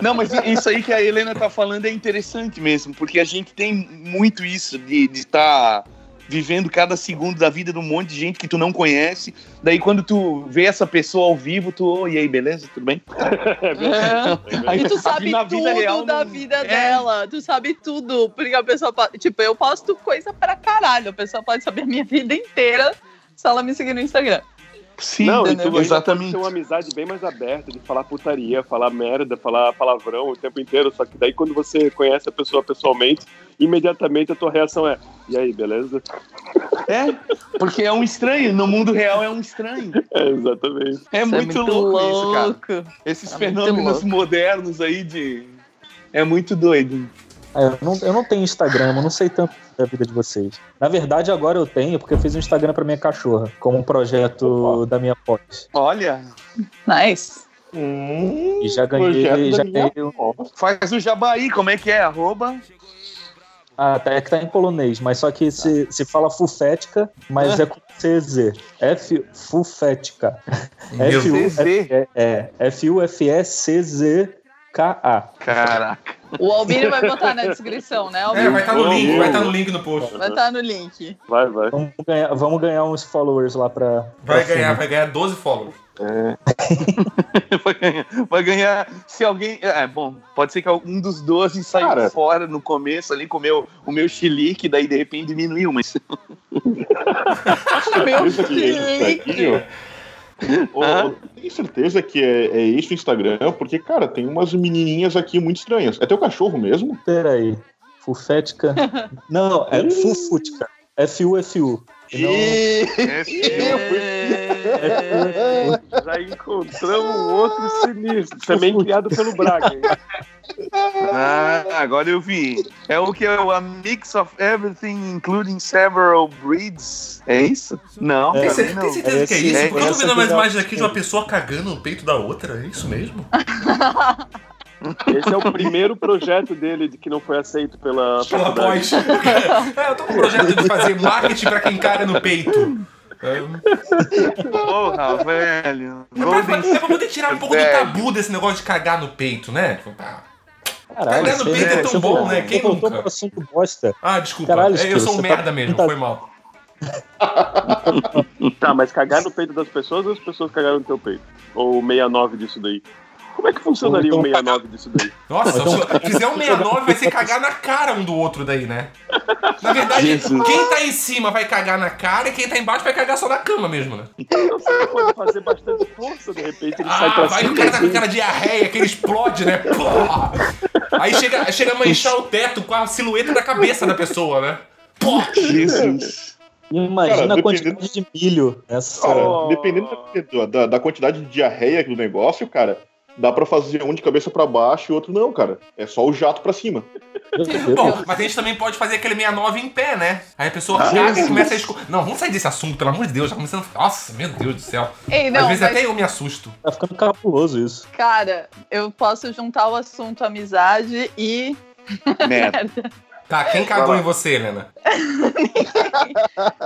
S8: não, mas isso aí que a Helena tá falando é interessante mesmo, porque a gente tem muito isso de estar vivendo cada segundo da vida de um monte de gente que tu não conhece. Daí quando tu vê essa pessoa ao vivo, tu, "Ô, e aí, beleza? Tudo bem? Tá
S7: É. E tu sabe
S8: na
S7: tudo
S8: vida real
S7: da
S8: não-
S7: vida
S8: É.
S7: dela. Tu sabe tudo. Porque a pessoa. po- Tipo, eu posto coisa pra caralho. A pessoa pode saber a minha vida inteira se ela me seguir no Instagram.
S8: Sim, né?
S4: não, e tu
S7: entendeu?
S4: ainda pode
S8: exatamente.
S4: ter uma amizade bem mais aberta de falar putaria, falar merda, falar palavrão o tempo inteiro. Só que daí quando você conhece a pessoa pessoalmente, imediatamente a tua reação é: e aí, beleza?
S8: É, porque é um estranho, no mundo real é um estranho.
S4: É, exatamente.
S8: É,
S7: Isso
S8: muito, louco, isso, cara.
S7: louco.
S8: Esses
S7: É muito
S8: fenômenos
S7: louco.
S8: modernos aí de. É muito doido.
S5: Ah, eu, não, eu não tenho Instagram, eu não sei tanto da vida de vocês. Na verdade, agora eu tenho, porque eu fiz um Instagram pra minha cachorra, como um projeto da minha pós.
S8: Olha,
S7: Nice.
S6: Hum,
S5: E já ganhei.
S6: projeto
S5: Já
S6: da minha
S5: ganhei um-
S6: avó.
S8: faz o jabaí, como é que é? Arroba.
S5: Ah, tá, é que tá em polonês, mas só que se, se fala fufética, mas é com CZ. F fufética.
S3: Meu
S5: F U
S8: Deus.
S5: F é, F U F E C Z K A.
S8: Caraca.
S7: O Albino vai botar na descrição, né,
S3: É,
S7: Albino?
S3: vai estar no link, vai estar no link no post.
S7: Vai estar no link.
S4: Vai, vai.
S5: Vamos ganhar, vamos ganhar uns followers lá pra.
S3: Vai
S5: pra cima.
S3: ganhar, vai ganhar 12 followers.
S8: Vai ganhar, vai ganhar- Se alguém. É, bom, pode ser que um dos 12 saiu
S6: Cara.
S8: fora no começo ali, comeu o meu chilique, daí de repente diminuiu, mas.
S7: tá Meu
S3: Tá
S6: Isso aqui, isso aqui, ó. Ô, Tem certeza que é, é esse o Instagram? Porque, cara, tem umas menininhas aqui muito estranhas. É teu cachorro mesmo?
S5: Peraí. Fufética. Não, é
S6: Ih.
S5: Fufútica. F-U-F-U. E não-
S4: Já encontramos um outro sinistro, também criado pelo Braga. hein?
S8: Ah, agora eu vi. É o que é o A Mix of Everything, including several breeds. É isso? Não,
S5: É.
S3: Tem
S8: também
S3: cer-
S8: não.
S3: tem certeza que é
S5: Esse-
S3: isso?
S8: é-
S3: Porque eu tô
S5: essa
S3: vendo
S5: aqui
S3: umas
S5: já-
S3: imagens aqui de uma pessoa cagando no peito da outra. É isso mesmo?
S4: Esse é o primeiro projeto dele de que não foi aceito pela
S3: Pela
S4: faculdade.
S3: pós. É, eu tô com um projeto de fazer marketing pra quem caga no peito. É,
S8: Porra, velho.
S6: tá
S3: É
S8: Golden
S3: pra, é pra poder tirar um pouco do
S8: Velho.
S3: tabu desse negócio de cagar no peito, né? Tipo, ah,
S5: Caralho,
S3: Cagar no
S5: você-
S3: peito é tão
S5: você
S3: bom,
S5: voltou-
S3: né? Quem
S5: você voltou
S3: nunca?
S5: pro assunto bosta.
S3: Ah, desculpa.
S5: Caralho,
S3: É, eu sou um
S5: você tá-
S3: merda mesmo,
S5: tá-
S3: foi mal.
S4: Tá, mas cagar no peito das pessoas ou as pessoas cagaram no teu peito? Ou 69 disso daí? Como é que funcionaria
S5: Então,
S4: o 69 disso daí?
S3: Nossa, se fizer um 69 vai ser cagar na cara um do outro daí, né? Na verdade,
S8: Jesus.
S3: quem tá em cima vai cagar na cara e quem tá embaixo vai cagar só na cama mesmo, né?
S4: Então você pode fazer bastante força, de repente ele sai
S3: Ah,
S4: pra
S3: vai que
S4: cima.
S3: o cara tá com
S4: assim.
S3: aquela diarreia que ele explode, né? Pô! Aí chega, chega a manchar o teto com a silhueta da cabeça da pessoa, né? Pô!
S8: Jesus.
S5: Imagina
S6: Cara,
S5: a quantidade de milho nessa.
S6: Cara,
S4: Oh.
S6: dependendo da, da- da quantidade de diarreia do negócio, cara, dá pra fazer um de cabeça pra baixo e outro não, cara. É só o jato pra cima.
S5: Meu Deus.
S3: Bom, mas a gente também pode fazer aquele 69 em pé, né? Aí a pessoa caga e começa a esco... Não, vamos sair desse assunto, pelo amor de Deus, tá começando. Nossa, meu Deus do céu.
S7: Ei,
S3: Às
S7: não,
S3: vezes
S7: mas,
S3: até eu me assusto.
S5: Tá ficando capuloso isso.
S7: cara, eu posso juntar o assunto amizade e
S8: Merda.
S3: Tá, quem cagou em você, Helena?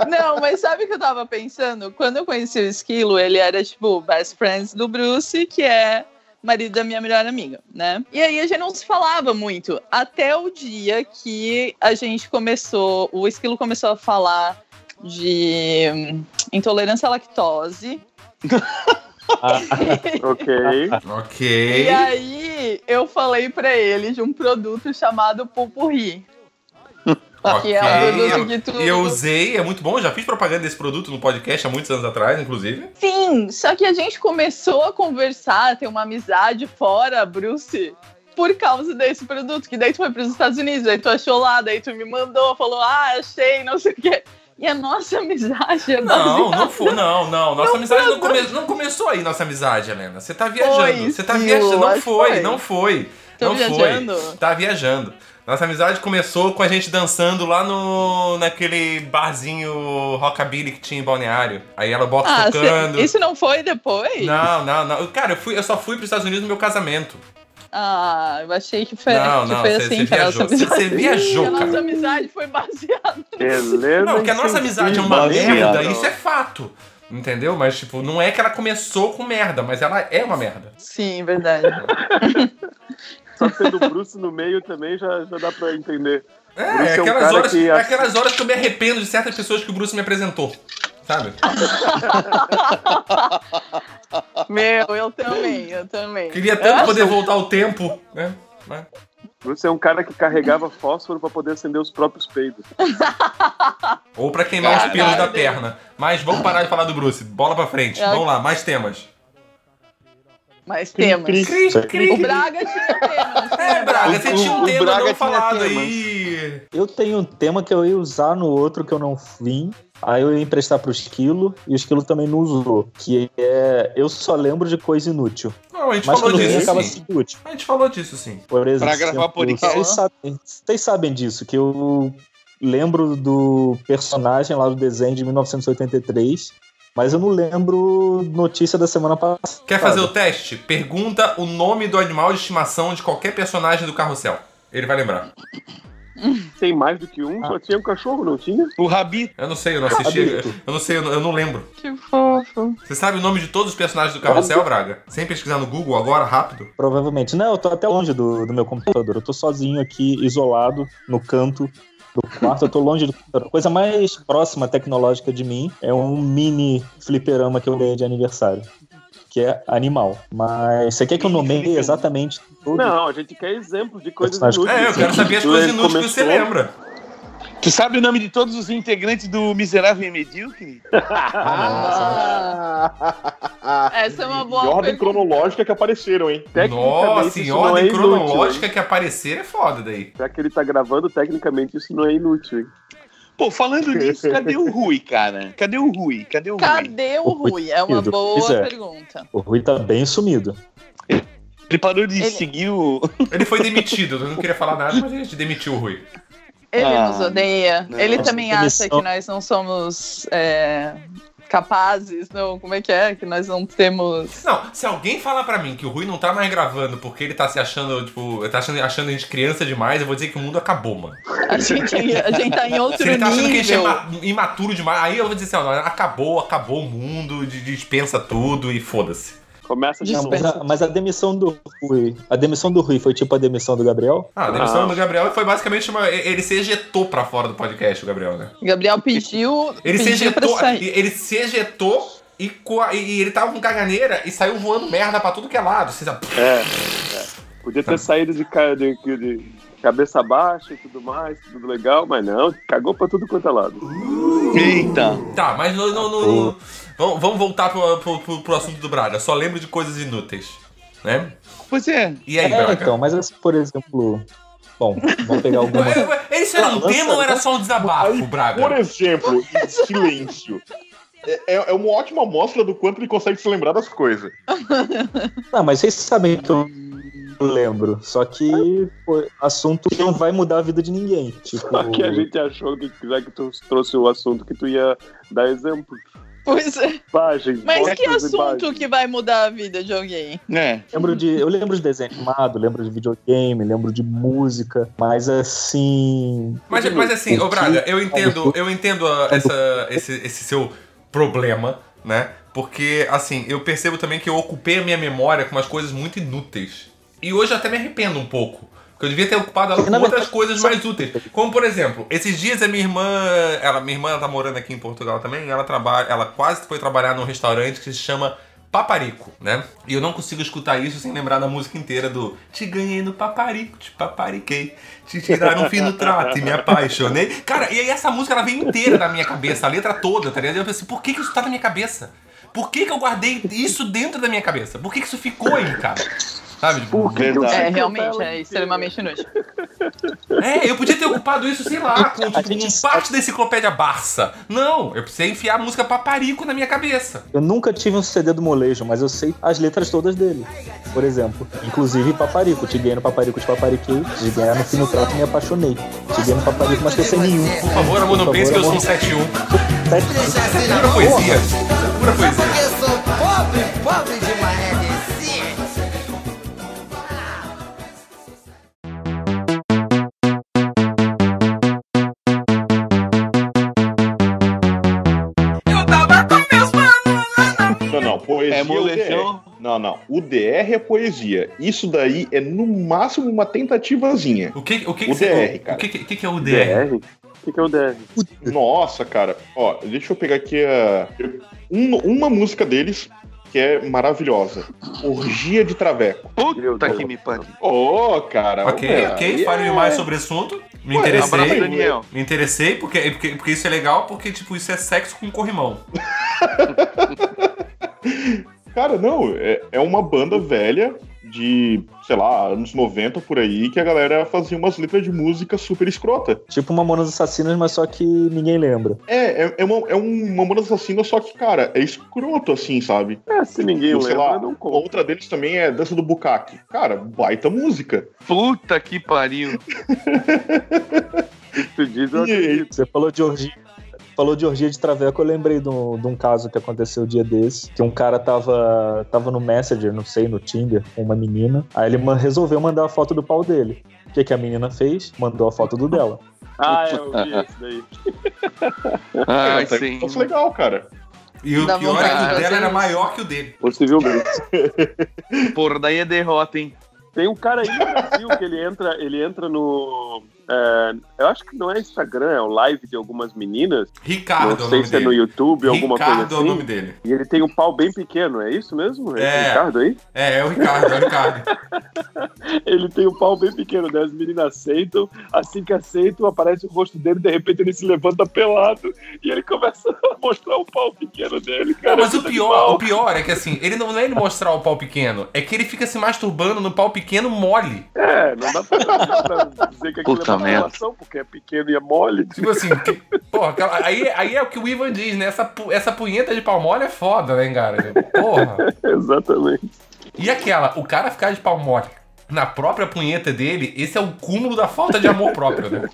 S7: Não, mas sabe o que eu tava pensando? Quando eu conheci o Esquilo, ele era, tipo, best friends do Bruce, que é marido da minha melhor amiga, né? E aí a gente não se falava muito. Até o dia que a gente começou, o Esquilo começou a falar de hum, intolerância à lactose.
S4: Ok.
S3: Ok.
S7: E aí eu falei pra ele de um produto chamado Pupurri.
S3: Ok.
S7: Que é um produto
S3: Eu,
S7: que tu.
S3: eu usei, é muito bom, já fiz propaganda desse produto no podcast há muitos anos atrás, inclusive.
S7: Sim, só que a gente começou a conversar, a ter uma amizade fora, Bruce, por causa desse produto. Que daí tu foi para os Estados Unidos, aí tu achou lá, daí tu me mandou, falou, ah, achei, não sei o quê. E a nossa amizade é
S3: Não,
S7: baseada-
S3: não foi, não, não. Nossa amizade não, come- não começou aí, nossa amizade, Helena. Você tá viajando.
S7: Foi,
S3: Você tá
S7: Gil,
S3: viajando. Não
S7: acho que
S3: foi,
S7: foi.
S3: não foi.
S7: Tô
S3: não
S7: viajando?
S3: foi. Tá viajando. Nossa amizade começou com a gente dançando lá no naquele barzinho rockabilly que tinha em Balneário. Aí ela box
S7: Ah, cê-
S3: tocando.
S7: isso não foi depois?
S3: Não, não, não. Eu- Cara, eu, fui, eu só fui pros Estados Unidos no meu casamento.
S7: Ah, eu achei que foi,
S3: Não,
S7: que
S3: não,
S7: foi
S3: cê-
S7: assim
S3: cê
S7: que a nossa
S3: viajou, cê-
S7: amizade.
S3: cê viajou,
S7: Ih, a nossa
S3: cara.
S7: amizade foi baseada.
S4: Helena
S3: Não, que a nossa amizade é uma
S8: Nossa,
S3: merda,
S4: então,
S8: não.
S3: isso é fato. Entendeu? Mas, tipo, não é que ela começou com merda, mas ela é uma merda.
S7: Sim, verdade.
S4: Só tendo tá o Bruce no meio também já, já dá pra entender.
S3: É,
S4: Bruce é um
S3: aquelas,
S4: cara
S3: horas,
S4: que-
S3: é aquelas horas que eu me arrependo de certas pessoas que o Bruce me apresentou. Sabe?
S7: Ah. Meu, eu também, eu também.
S3: Queria tanto poder voltar ao tempo, né? Mas-
S4: Bruce é um cara que carregava fósforo pra poder acender os próprios peidos.
S3: Ou pra queimar os pelos da
S7: Caralho.
S3: perna. Mas vamos parar de falar do Bruce. Bola pra frente.
S7: É.
S3: Vamos lá, mais temas.
S7: Mas temas.
S6: Cri, cri.
S3: Cri, cri.
S7: O Braga tinha temas.
S3: É, Braga, você
S8: O-
S3: tinha um
S8: o
S3: tema
S8: Braga
S3: não
S8: tinha
S3: falado
S8: temas.
S3: aí.
S5: Eu tenho um tema que eu ia usar no outro que eu não vim. Aí eu ia emprestar pro Esquilo e o Esquilo também não usou. Que é. Eu só lembro de coisa inútil.
S3: Não, a gente
S5: Mas
S3: falou
S5: quando assim- vem
S3: disso,
S5: acaba
S3: sim.
S5: sendo útil.
S3: A gente falou disso, sim.
S5: Por exemplo.
S8: gravar podcast?
S5: Vocês sabem, vocês sabem disso, que eu lembro do personagem lá do desenho de 1983, mas eu não lembro notícia da semana passada.
S3: Quer fazer o teste? Pergunta o nome do animal de estimação de qualquer personagem do carrossel. Ele vai lembrar.
S4: Tem mais do que um,
S3: Ah.
S4: só tinha um cachorro, não tinha?
S8: O Rabi.
S3: Eu não sei, eu não assisti.
S5: Rabito.
S3: Eu não sei, eu não, eu não lembro.
S7: Que fofo.
S3: Você sabe o nome de todos os personagens do carrossel, Braga? Sem pesquisar no Google agora, rápido?
S5: Provavelmente. Não, eu tô até longe do, do meu computador. Eu tô sozinho aqui, isolado, no canto do quarto. Eu tô longe do computador. A coisa mais próxima tecnológica de mim é um mini fliperama que eu ganhei de aniversário. Que é animal. Mas você quer que eu nomeie exatamente tudo?
S4: Não, a gente quer exemplos de coisas
S5: Mas-
S4: inúteis.
S3: É, eu quero saber as coisas
S4: Ele
S3: inúteis que você
S4: começou-
S3: lembra.
S8: Tu sabe o nome de todos os integrantes do Miserável e Medíocre?
S5: Ah,
S7: ah, Essa é uma boa
S6: De ordem
S7: pergunta.
S6: cronológica que apareceram, hein?
S4: Tecnicamente,
S3: Nossa,
S4: isso
S3: em
S4: não
S3: ordem
S4: é inútil,
S3: cronológica que aparecer é foda daí.
S4: hein? Já que ele tá gravando, tecnicamente isso não é inútil. hein?
S8: Pô, falando nisso, cadê o Rui, cara? Cadê o Rui? Cadê o Rui?
S7: Cadê o Rui? É uma
S5: Duvido.
S7: boa
S5: Pois é.
S7: pergunta.
S5: O Rui tá bem sumido.
S8: Ele parou de
S7: Ele-
S8: seguir o.
S3: Ele foi demitido, eu não queria falar nada, mas a gente demitiu o Rui.
S7: Ele
S8: Ah,
S7: nos odeia.
S8: não.
S7: Ele
S5: Nossa,
S7: também
S5: que
S7: acha
S5: missão.
S7: que nós não somos é, capazes. Não, como é que é? Que nós não temos.
S3: Não, se alguém falar pra mim que o Rui não tá mais gravando porque ele tá se achando, tipo, tá achando, achando a gente criança demais, eu vou dizer que o mundo acabou, mano.
S7: A gente, a gente tá em outro
S3: Se ele tá achando que a gente é
S7: nível.
S3: ima- imaturo demais, aí eu vou dizer assim, ó, acabou, acabou o mundo, de- dispensa tudo e foda-se.
S4: Começa de
S5: Não,
S4: novo.
S5: mas, a, mas a demissão do Rui. A demissão do Rui foi tipo a demissão do Gabriel?
S3: Ah, a demissão
S4: Ah.
S3: do Gabriel foi basicamente uma. Ele se ejetou pra fora do podcast, o Gabriel, né?
S7: Gabriel pediu.
S3: Ele se
S7: pediu
S8: é
S3: ejetou,
S7: pra sair.
S3: ele se ejetou e, co- e- e ele tava com caganeira e saiu voando merda pra tudo que é lado. Você sabe,
S4: É, é. Podia ter saído de, ca- de- de cabeça baixa e tudo mais, tudo legal, mas não, cagou pra tudo quanto é lado.
S8: Eita!
S3: Tá, mas não. não- não- vamos, vamos voltar pro, pro- pro- pro assunto do Braga. Só lembro de coisas inúteis. Né?
S8: Pois é.
S3: E aí,
S5: é,
S3: Braga?
S5: então, mas assim, por exemplo. Bom, vamos pegar alguma.
S3: Ué, ué, Isso era um
S5: Nossa,
S3: tema ou era só um desabafo,
S6: Por
S3: Braga?
S6: exemplo, em silêncio. É, é- é uma ótima amostra do quanto ele consegue se lembrar das coisas.
S5: Não, mas vocês sabem que eu lembro. Só que pô, assunto que não vai mudar a vida de ninguém. Tipo,
S4: Só que a gente achou que já que tu trouxe o assunto que tu ia dar exemplo.
S7: Pois é.
S4: Imagens,
S7: Mas que
S4: fotos,
S7: assunto
S4: imagens.
S7: que vai mudar a vida de alguém?
S8: É.
S5: lembro de, eu lembro de desenho animado, lembro de videogame, lembro de música, mas assim.
S3: Mas, mas assim, ô Braga, eu entendo, eu entendo ah, essa- esse, esse seu problema, né? Porque, assim, eu percebo também que eu ocupei a minha memória com umas coisas muito inúteis. E hoje eu até me arrependo um pouco. Porque eu devia ter ocupado ela com
S5: Na
S3: outras
S5: verdade,
S3: coisas
S5: só-
S3: mais úteis. Como, por exemplo, esses dias a minha irmã... Ela, minha irmã tá morando aqui em Portugal também. E ela, trabalha, ela quase foi trabalhar num restaurante que se chama Paparico, né? E eu não consigo escutar isso sem lembrar da música inteira do... Te ganhei no paparico, te papariquei. Te tiraram um fino trato e me apaixonei. Cara, e aí essa música, ela veio inteira da minha cabeça. A letra toda, tá ligado? Eu pensei, por que que isso tá na minha cabeça? Por que que eu guardei isso dentro da minha cabeça? Por que que isso ficou aí, cara? Sabe? Tipo,
S4: Por que que eu
S8: Verdade.
S4: sei
S7: É,
S4: cantar
S7: realmente,
S4: ela
S7: é
S4: inteira?
S7: extremamente inútil.
S3: É, eu podia ter ocupado isso, sei lá, com tipo,
S5: A gente
S3: um
S5: sabe-
S3: parte da enciclopédia Barça. Não, eu precisei enfiar a música paparico na minha cabeça.
S5: Eu nunca tive um CD do molejo, mas eu sei as letras todas dele. Por exemplo, inclusive Paparico. Te ganhei no Paparico, te papariquei. Te ganhar no fim do trato, me apaixonei. Te ganhei no Paparico, mas tô sem nenhum.
S3: Por favor, amor, não
S5: Por
S3: pense que eu sou um
S5: favor,
S3: 71.
S5: Tá-
S3: é Pura poesia. Pura poesia.
S6: Não, não, poesia
S8: É
S6: é
S8: molejão.
S6: UDR. Não, não. O DR é poesia. Isso daí é no máximo uma tentativazinha.
S3: O que, o que,
S6: O
S3: que você-
S6: DR, cara.
S3: O que, que- que é o DR?
S4: DR? um O que, que é o DR?
S6: Nossa, cara. Ó, deixa eu pegar aqui a. um- uma música deles que é maravilhosa. Orgia de Traveco.
S4: Meu
S8: Puta
S4: Deus.
S8: que me pariu.
S6: Ô, cara.
S3: Ok,
S6: olha,
S3: ok,
S6: é-
S3: fale mais sobre o assunto. Me
S6: Ué,
S8: Abraço,
S3: interessei.
S6: abraço.
S8: Daniel.
S3: Me interessei, porque, porque, porque isso é legal, porque, tipo, isso é sexo com corrimão.
S6: Cara, não, é, é uma banda velha de, sei lá, anos 90 por aí, que a galera fazia umas letras de música super escrota.
S5: Tipo Mamonas Assassinas, mas só que ninguém lembra.
S6: É, é, é uma, é um Mamonas Assassina, só que, cara, é escroto assim, sabe?
S4: É, se ninguém
S6: Ou, sei
S4: lembra,
S6: lá,
S4: não conta.
S6: outra deles também é Dança do Bucaque. Cara, baita música.
S8: Puta que pariu.
S4: Tu diz, eu acredito.
S5: Você falou de orgia. Falou de orgia de traveco, eu lembrei de um, de um caso que aconteceu o dia desse, que um cara tava, tava no Messenger, não sei, no Tinder, com uma menina, aí ele ma- resolveu mandar a foto do pau dele. O que, que a menina fez? Mandou a foto do dela.
S4: Ah, eu vi isso daí.
S8: Ah,
S6: Cara,
S8: sim.
S6: Isso é legal, cara.
S3: E o
S7: Dá
S3: pior é que
S7: vontade
S3: o
S7: Ah, de
S3: dela
S7: fazer
S3: era
S7: isso.
S3: maior que o dele.
S4: Possivelmente.
S8: Porra, daí é derrota, hein?
S4: Tem um cara aí no Brasil que ele entra, ele entra no. é, eu acho que não é Instagram, é um live de algumas meninas.
S3: Ricardo é
S4: não
S3: o
S4: sei
S3: nome
S4: se é
S3: dele.
S4: no YouTube, alguma
S3: Ricardo
S4: coisa
S3: é o nome
S4: assim.
S3: dele.
S4: E ele tem um pau bem pequeno, é isso mesmo? esse
S3: É.
S4: Ricardo aí?
S3: É, é o Ricardo, é o Ricardo.
S4: Ele tem um pau bem pequeno, né? As meninas aceitam, assim que aceitam, aparece o rosto dele, de repente ele se levanta pelado e ele começa a mostrar o pau pequeno dele, cara.
S3: Não, mas o
S4: Puta
S3: pior, o
S4: animal.
S3: pior é que assim, ele não não é ele mostrar o pau pequeno, é que ele fica se masturbando no pau pequeno mole.
S4: É, não dá pra, pra dizer que aquilo
S8: Puta
S4: é uma
S8: merda.
S4: relação, porque é pequeno e é mole.
S3: Tipo assim, que- porra, aquela- aí, aí é o que o Ivan diz, né? Essa, pu- essa punheta de pau mole é foda, né, cara? Porra.
S4: Exatamente.
S3: E aquela, o cara ficar de pau mole na própria punheta dele, esse é o cúmulo da falta de amor próprio, né?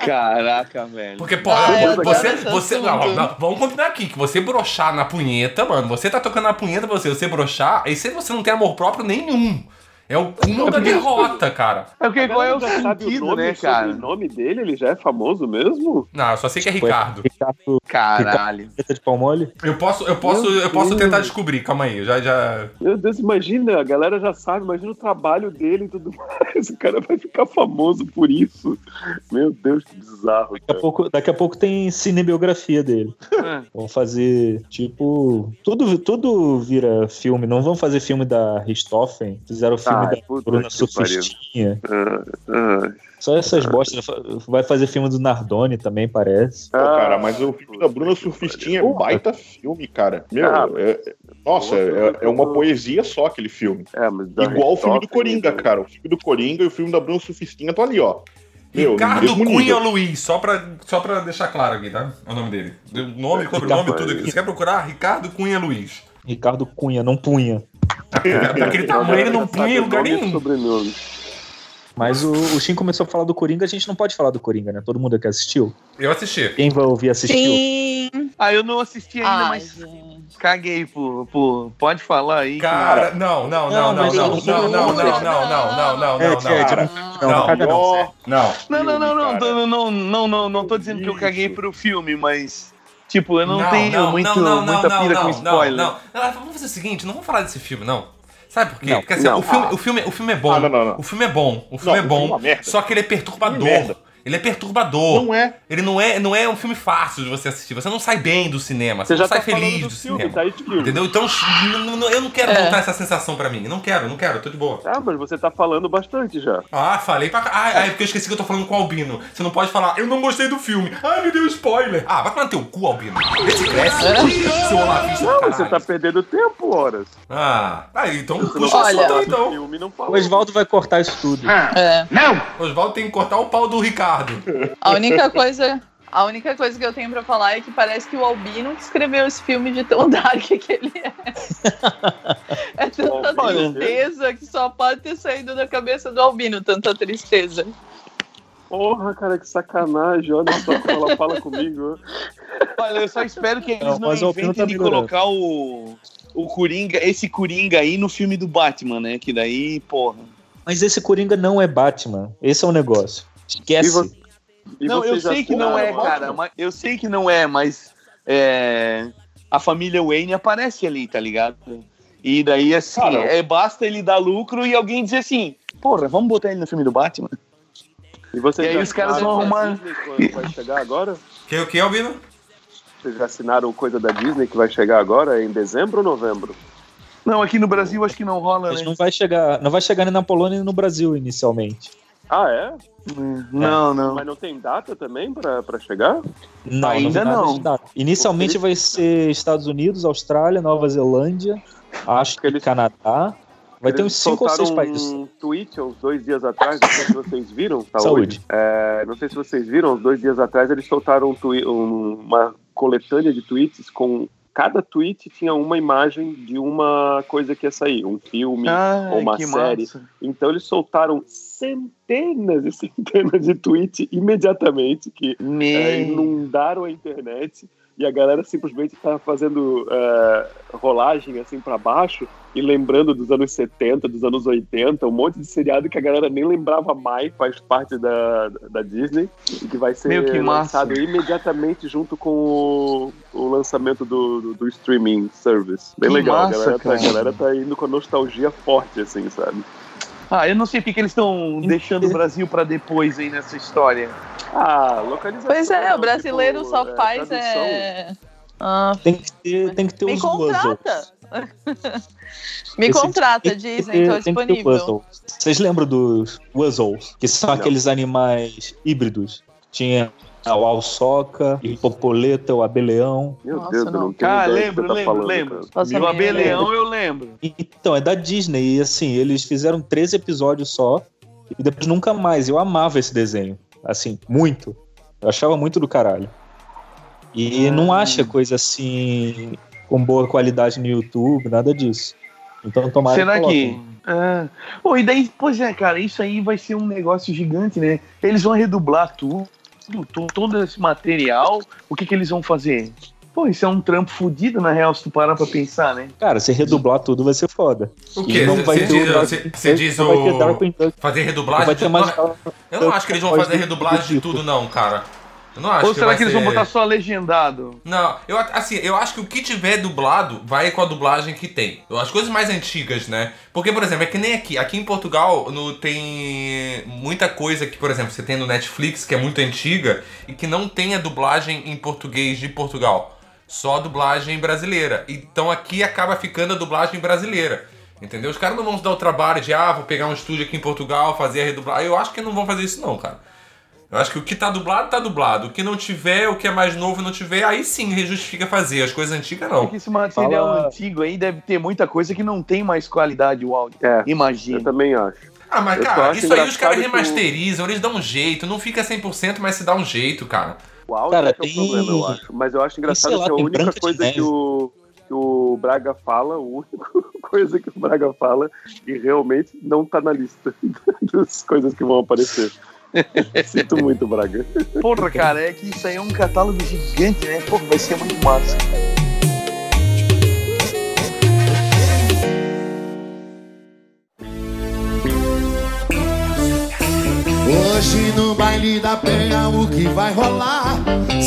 S8: Caraca, velho.
S3: Porque, porra,
S7: Ah, eu
S3: você.
S7: adoro esse
S3: você não,
S7: assunto.
S3: não, vamos combinar aqui, que você broxar na punheta, mano, você tá tocando na punheta pra você, você broxar, aí você, você não tem amor próprio nenhum. É o cúmulo da derrota, cara.
S8: É porque qual é o
S4: Já sabe
S8: sentido,
S4: nome,
S8: né,
S4: o
S8: cara?
S4: nome dele, ele já é famoso mesmo?
S3: Não, eu só sei que é
S4: Tipo,
S5: Foi
S3: Ricardo.
S5: Ricardo
S8: Caralho.
S5: Preta de pau mole?
S3: Eu posso, eu posso,
S4: Meu
S3: eu posso
S4: Deus.
S3: tentar descobrir, calma aí, eu já, já.
S4: Meu Deus, imagina, a galera já sabe, imagina o trabalho dele e tudo mais. O cara vai ficar famoso por isso. Meu Deus, que bizarro,
S5: Daqui
S4: cara.
S5: a pouco, daqui a pouco tem cinebiografia dele.
S8: Ah.
S5: Vão fazer, tipo. Tudo, tudo vira filme. Não vão fazer filme da Richthofen. Fizeram o filme
S4: Ah,
S5: da
S4: puta que
S5: Bruna
S4: pariu.
S5: Surfistinha.
S4: Ah,
S5: Só essas bostas. Vai fazer filme do Nardoni também, parece.
S4: Ah,
S6: Pô, cara, mas o filme da Bruna Surfistinha é um baita filme, cara. Meu,
S4: Ah,
S6: é- é- nossa, é, é uma poesia só aquele filme.
S4: É, mas da
S6: Igual o filme do
S4: Richthofen,
S6: Coringa,
S4: né?
S6: cara. O filme do Coringa e o filme da Bruna Surfistinha tá ali, ó. Meu, no
S3: Ricardo
S6: mesmo
S3: Cunha
S6: nível.
S3: Luiz, só pra, só pra deixar claro aqui, tá? O nome dele. O nome, sobrenome, tudo aqui. Você quer procurar? Ricardo Cunha Luiz.
S5: Ricardo Cunha, não punha.
S3: Daquele tamanho ele não punha em lugar
S4: Nome e
S3: nenhum.
S4: sobrenome.
S5: Mas o, o Shin começou a falar do Coringa, a gente não pode falar do Coringa, né? Todo mundo aqui assistiu.
S3: Eu assisti.
S5: Quem vai ouvir assistiu?
S7: Sim.
S8: Ah, eu não assisti ainda,
S7: Ai,
S8: mas
S7: gente.
S8: caguei por, por. Pode falar aí.
S3: Cara, não, não, não,
S5: Não,
S3: não,
S5: mas
S3: não,
S5: gente,
S3: não, não, não, não, não, não, não,
S5: É,
S3: não, não.
S5: gente, não- Não,
S3: Não,
S5: não, caga não.
S6: Ó,
S3: Não.
S8: Não, não, não,
S6: Cara.
S8: não, não, não, não, não, não tô dizendo que eu caguei pro filme, mas. Tipo, eu não, tenho muito, muita pira com spoiler.
S3: Não, não. Ah, Vamos fazer o seguinte, não vamos falar desse filme, não. Sabe por quê?
S5: Não.
S3: Porque assim,
S4: Não.
S3: o, filme, o, filme, o filme é bom.
S6: Ah, não, não, não.
S3: O filme é bom. O filme
S6: Não,
S3: é
S6: o
S3: bom.
S6: filme é uma merda.
S3: só que ele é
S6: O filme é
S3: perturbador.
S6: merda.
S3: Ele é perturbador.
S6: Não é.
S3: Ele não é, não é um filme fácil de você assistir. Você não sai bem do cinema. Você,
S4: Você já
S3: não sai
S4: tá falando
S3: feliz
S4: do
S3: do,
S4: filme,
S3: cinema.
S4: tá aí de filme.
S3: Entendeu? Então, n- n- eu não quero
S7: É.
S3: voltar essa sensação pra mim. Não quero, não quero, tô de boa.
S4: Ah, mas você tá falando bastante já.
S3: Ah, falei pra. ca- Ah, é porque eu esqueci que eu tô falando com o Albino. Você não pode falar, eu não gostei do filme. Ai, me deu spoiler. Ah, vai tomar no teu cu, Albino. Vê se cresce, seu olavista do
S4: É. Não, você tá
S3: caralho.
S4: perdendo tempo, horas.
S3: Ah, aí, então puxa o
S7: pode
S3: assunto
S4: Falar do
S3: então.
S4: filme não
S5: O
S4: fala.
S5: Oswaldo vai cortar isso tudo.
S7: É.
S3: Oswaldo tem que cortar o pau do Ricardo.
S7: A única coisa. A única coisa que eu tenho pra falar é que parece que o Albino que escreveu esse filme de tão dark que ele é. É tanta
S4: Albino.
S7: tristeza que só pode ter saído da cabeça do Albino, tanta tristeza.
S4: Porra, cara, que sacanagem. Olha só como ela fala comigo.
S8: Olha, eu só espero que eles
S5: Não,
S8: não,
S5: mas o Alpino
S8: inventem
S5: tá
S8: de
S5: melhorando.
S8: colocar o. O Coringa, esse Coringa aí no filme do Batman, né? Que daí, porra.
S5: Mas esse Coringa não é Batman. Esse é o negócio.
S4: E
S5: Esquece.
S4: você- E
S8: não, eu
S4: vocês já
S8: sei que não é,
S4: assistiram?
S8: cara. Mas, eu sei que não é, mas é, a família Wayne aparece ali, tá ligado? E daí, assim,
S6: Cara, eu-
S8: é, basta ele dar lucro e alguém dizer assim, porra, vamos botar ele no filme do Batman.
S4: E, vocês
S8: E aí
S4: já
S8: os caras vão
S4: assinaram
S8: arrumar-
S4: a Disney quando Vai chegar agora?
S3: Que o que, Albino?
S4: Vocês já assinaram coisa da Disney que vai chegar agora em dezembro ou novembro?
S8: Não, aqui no Brasil acho que não rola,
S5: Mas
S8: né?
S5: não vai chegar, não vai chegar nem na Polônia nem no Brasil inicialmente.
S4: Ah, é?
S8: Não, não.
S4: Mas não tem data também pra, pra chegar?
S5: Não,
S8: Ainda
S5: vai
S8: não.
S5: ter nada. Inicialmente vai ser Estados Unidos, Austrália, Nova Zelândia, acho que
S4: Eles-
S5: Canadá. Vai ter uns
S4: Eles
S5: 5 ou 6
S4: soltaram
S5: países.
S4: um tweet há uns dois dias atrás, não sei se vocês viram. tá Saúde.
S5: Saúde.
S4: É, não sei se vocês viram, uns dois dias atrás eles soltaram um twi- um- uma coletânea de tweets com... Cada tweet tinha uma imagem de uma coisa que ia sair, um filme.
S8: Ai,
S4: Ou uma
S8: que
S4: série.
S8: massa.
S4: Então eles soltaram centenas e centenas de tweets imediatamente que
S8: Meu.
S4: é, inundaram a internet e a galera simplesmente tá fazendo é, rolagem assim pra baixo e lembrando dos anos 70, dos anos 80, um monte de seriado que a galera nem lembrava mais, faz parte da, da Disney e que vai ser
S8: Meu, que massa.
S4: lançado imediatamente junto com o, o lançamento do, do, do streaming service. Bem
S8: Que
S4: legal,
S8: massa,
S4: a, galera tá, a
S8: cara.
S4: galera tá indo com a nostalgia forte, assim, sabe?
S8: Ah, eu não sei porque eles estão deixando o Brasil pra depois aí nessa história.
S4: Ah, localização.
S7: Pois é, o brasileiro
S4: tipo,
S7: só
S4: é,
S7: faz
S4: tradução.
S7: é. Ah,
S5: Tem que ter, tem que ter
S7: me
S5: os puzzles.
S7: contrata. me
S5: Esse-
S7: contrata, Disney, tô
S5: tem que ter
S7: tá
S5: um
S7: disponível.
S5: puzzle. Vocês lembram dos Wuzzles? Que são
S4: Não.
S5: aqueles animais híbridos. Tinha o alçoca, o hipopoleta, o abeleão.
S4: Meu
S7: Nossa,
S4: Deus, eu
S7: não.
S4: não tenho
S8: Ah,
S4: ideia do que você
S8: lembro,
S4: tá
S8: lembro,
S4: falando,
S8: lembro.
S4: cara.
S7: Nossa,
S8: o
S7: minha-
S8: Abeleão eu lembro.
S5: Então, é da Disney. E assim, eles fizeram três episódios só. E depois nunca mais. Eu amava esse desenho. Assim, muito. Eu achava muito do caralho. E
S8: Ah.
S5: não acha coisa assim com boa qualidade no YouTube, nada disso. Então tomara
S8: Será que.
S5: coloquem.
S8: Ah. Pô, e daí, pois é, cara, isso aí vai ser um negócio gigante, né? Eles vão redublar tudo, tu- todo esse material. O que, que eles vão fazer? Pô, isso é um trampo fodido, na real, se tu parar pra pensar, né?
S5: Cara, se redublar tudo vai ser foda.
S3: O
S5: E
S3: quê?
S5: não vai
S3: Você
S5: ter o
S3: diz,
S5: Darkwing
S3: cê-
S5: Duck,
S3: cê diz
S5: não vai ter
S3: o-
S5: Darkwing Duck,
S3: Fazer
S5: não
S3: redublagem
S5: vai ter
S3: de-
S5: mais.
S3: Não, Eu não acho que eles vão fazer redublagem de tudo, não, cara. Eu não acho
S8: Ou será
S3: vai
S8: que eles
S3: ser-
S8: vão botar só legendado?
S3: Não, eu a- assim, eu acho que o que tiver dublado vai com a dublagem que tem. As coisas mais antigas, né? Porque, por exemplo, é que nem aqui. Aqui em Portugal no, tem muita coisa que, por exemplo, você tem no Netflix que é muito antiga e que não tem a dublagem em português de Portugal. Só a dublagem brasileira. Então aqui acaba ficando a dublagem brasileira. Entendeu? Os caras não vão se dar o trabalho de, ah, vou pegar um estúdio aqui em Portugal, fazer a redublagem. Eu acho que não vão fazer isso, não, cara. Eu acho que o que tá dublado, tá dublado. O que não tiver, o que é mais novo não tiver, aí sim justifica fazer. As coisas antigas
S8: É
S3: não.
S8: que esse material
S5: Fala-
S8: antigo aí deve ter muita coisa que não tem mais qualidade o áudio.
S4: É, eu
S8: Imagina.
S4: também acho.
S3: Ah, mas
S4: Eu só
S3: cara,
S4: acho
S3: isso aí os caras
S4: engraçado que o-
S3: remasterizam, eles dão um jeito, não fica 100%, mas se dá um jeito, cara.
S4: O áudio
S5: Cara,
S4: é que é o
S5: tem-
S4: problema, eu acho. Mas eu acho engraçado
S5: sei lá,
S4: que a
S5: tem
S4: única
S5: Branca de
S4: coisa
S5: Neve.
S4: que o, que o Braga fala, a única coisa que o Braga fala, e realmente não tá na lista das coisas que vão aparecer. Sinto muito, Braga.
S8: Porra, cara, é que isso aí é um catálogo gigante, né? Pô, vai ser muito massa.
S10: Hoje no baile da penha o que vai rolar?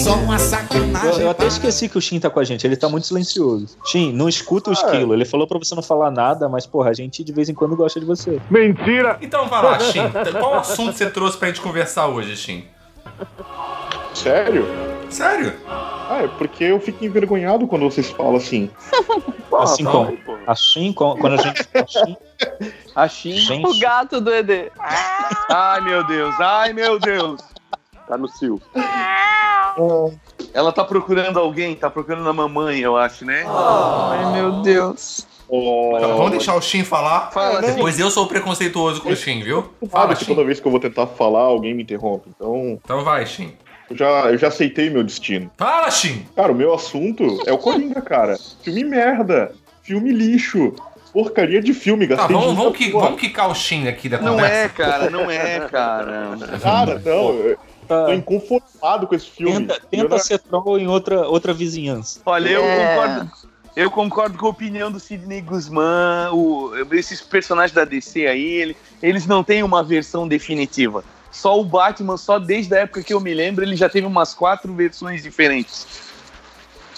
S10: Só uma
S5: Eu,
S10: sacanagem.
S5: eu até esqueci que o Shin tá com a gente, ele tá muito silencioso. Shin, não escuta
S4: Ah.
S5: o esquilo. Ele falou pra você não falar nada, mas, porra, a gente de vez em quando gosta de você.
S4: Mentira!
S3: Então vai lá, Shin. Qual assunto você trouxe pra gente conversar hoje, Shin?
S6: Sério?
S3: Sério?
S6: Ah, é porque eu fico envergonhado quando vocês falam assim.
S5: assim como a Shin, co- quando a gente fala Shin,
S8: A China.
S7: O
S5: gente.
S7: gato do ED.
S8: Ai, meu Deus, ai, meu Deus.
S4: Tá no cio.
S8: Ela tá procurando alguém, tá procurando a mamãe, eu acho, né?
S7: Ai, meu Deus.
S3: Então, vamos deixar o Shin falar.
S8: Fala, assim,
S3: Depois eu sou preconceituoso com o Shin, viu?
S6: Claro
S3: Fala,
S4: tipo,
S6: que
S3: Shin.
S6: toda vez que eu vou tentar falar, alguém me interrompe. Então,
S3: Então vai, Shin.
S6: eu já, eu já aceitei meu destino.
S3: Fala, Shin!
S6: Cara, o meu assunto é o Coringa, cara. Filme merda. Filme lixo. Porcaria de filme,
S3: Tá,
S6: gastei
S3: vamos,
S6: dinheiro
S3: vamos,
S6: à
S3: qui-
S6: toa.
S3: vamos quicar o Shin aqui da
S8: não
S3: conversa.
S8: é, cara, não é, cara.
S6: Cara, não, eu tô inconformado com esse filme.
S5: ah, Tenta,
S6: Eu
S5: tenta ser troll em outra, outra vizinhança.
S8: Olha, eu
S7: É.
S8: concordo. Eu concordo com a opinião do Sidney Guzman, o- esses personagens da DC aí, ele- eles não têm uma versão definitiva. Só o Batman, só desde a época que eu me lembro, ele já teve umas quatro versões diferentes.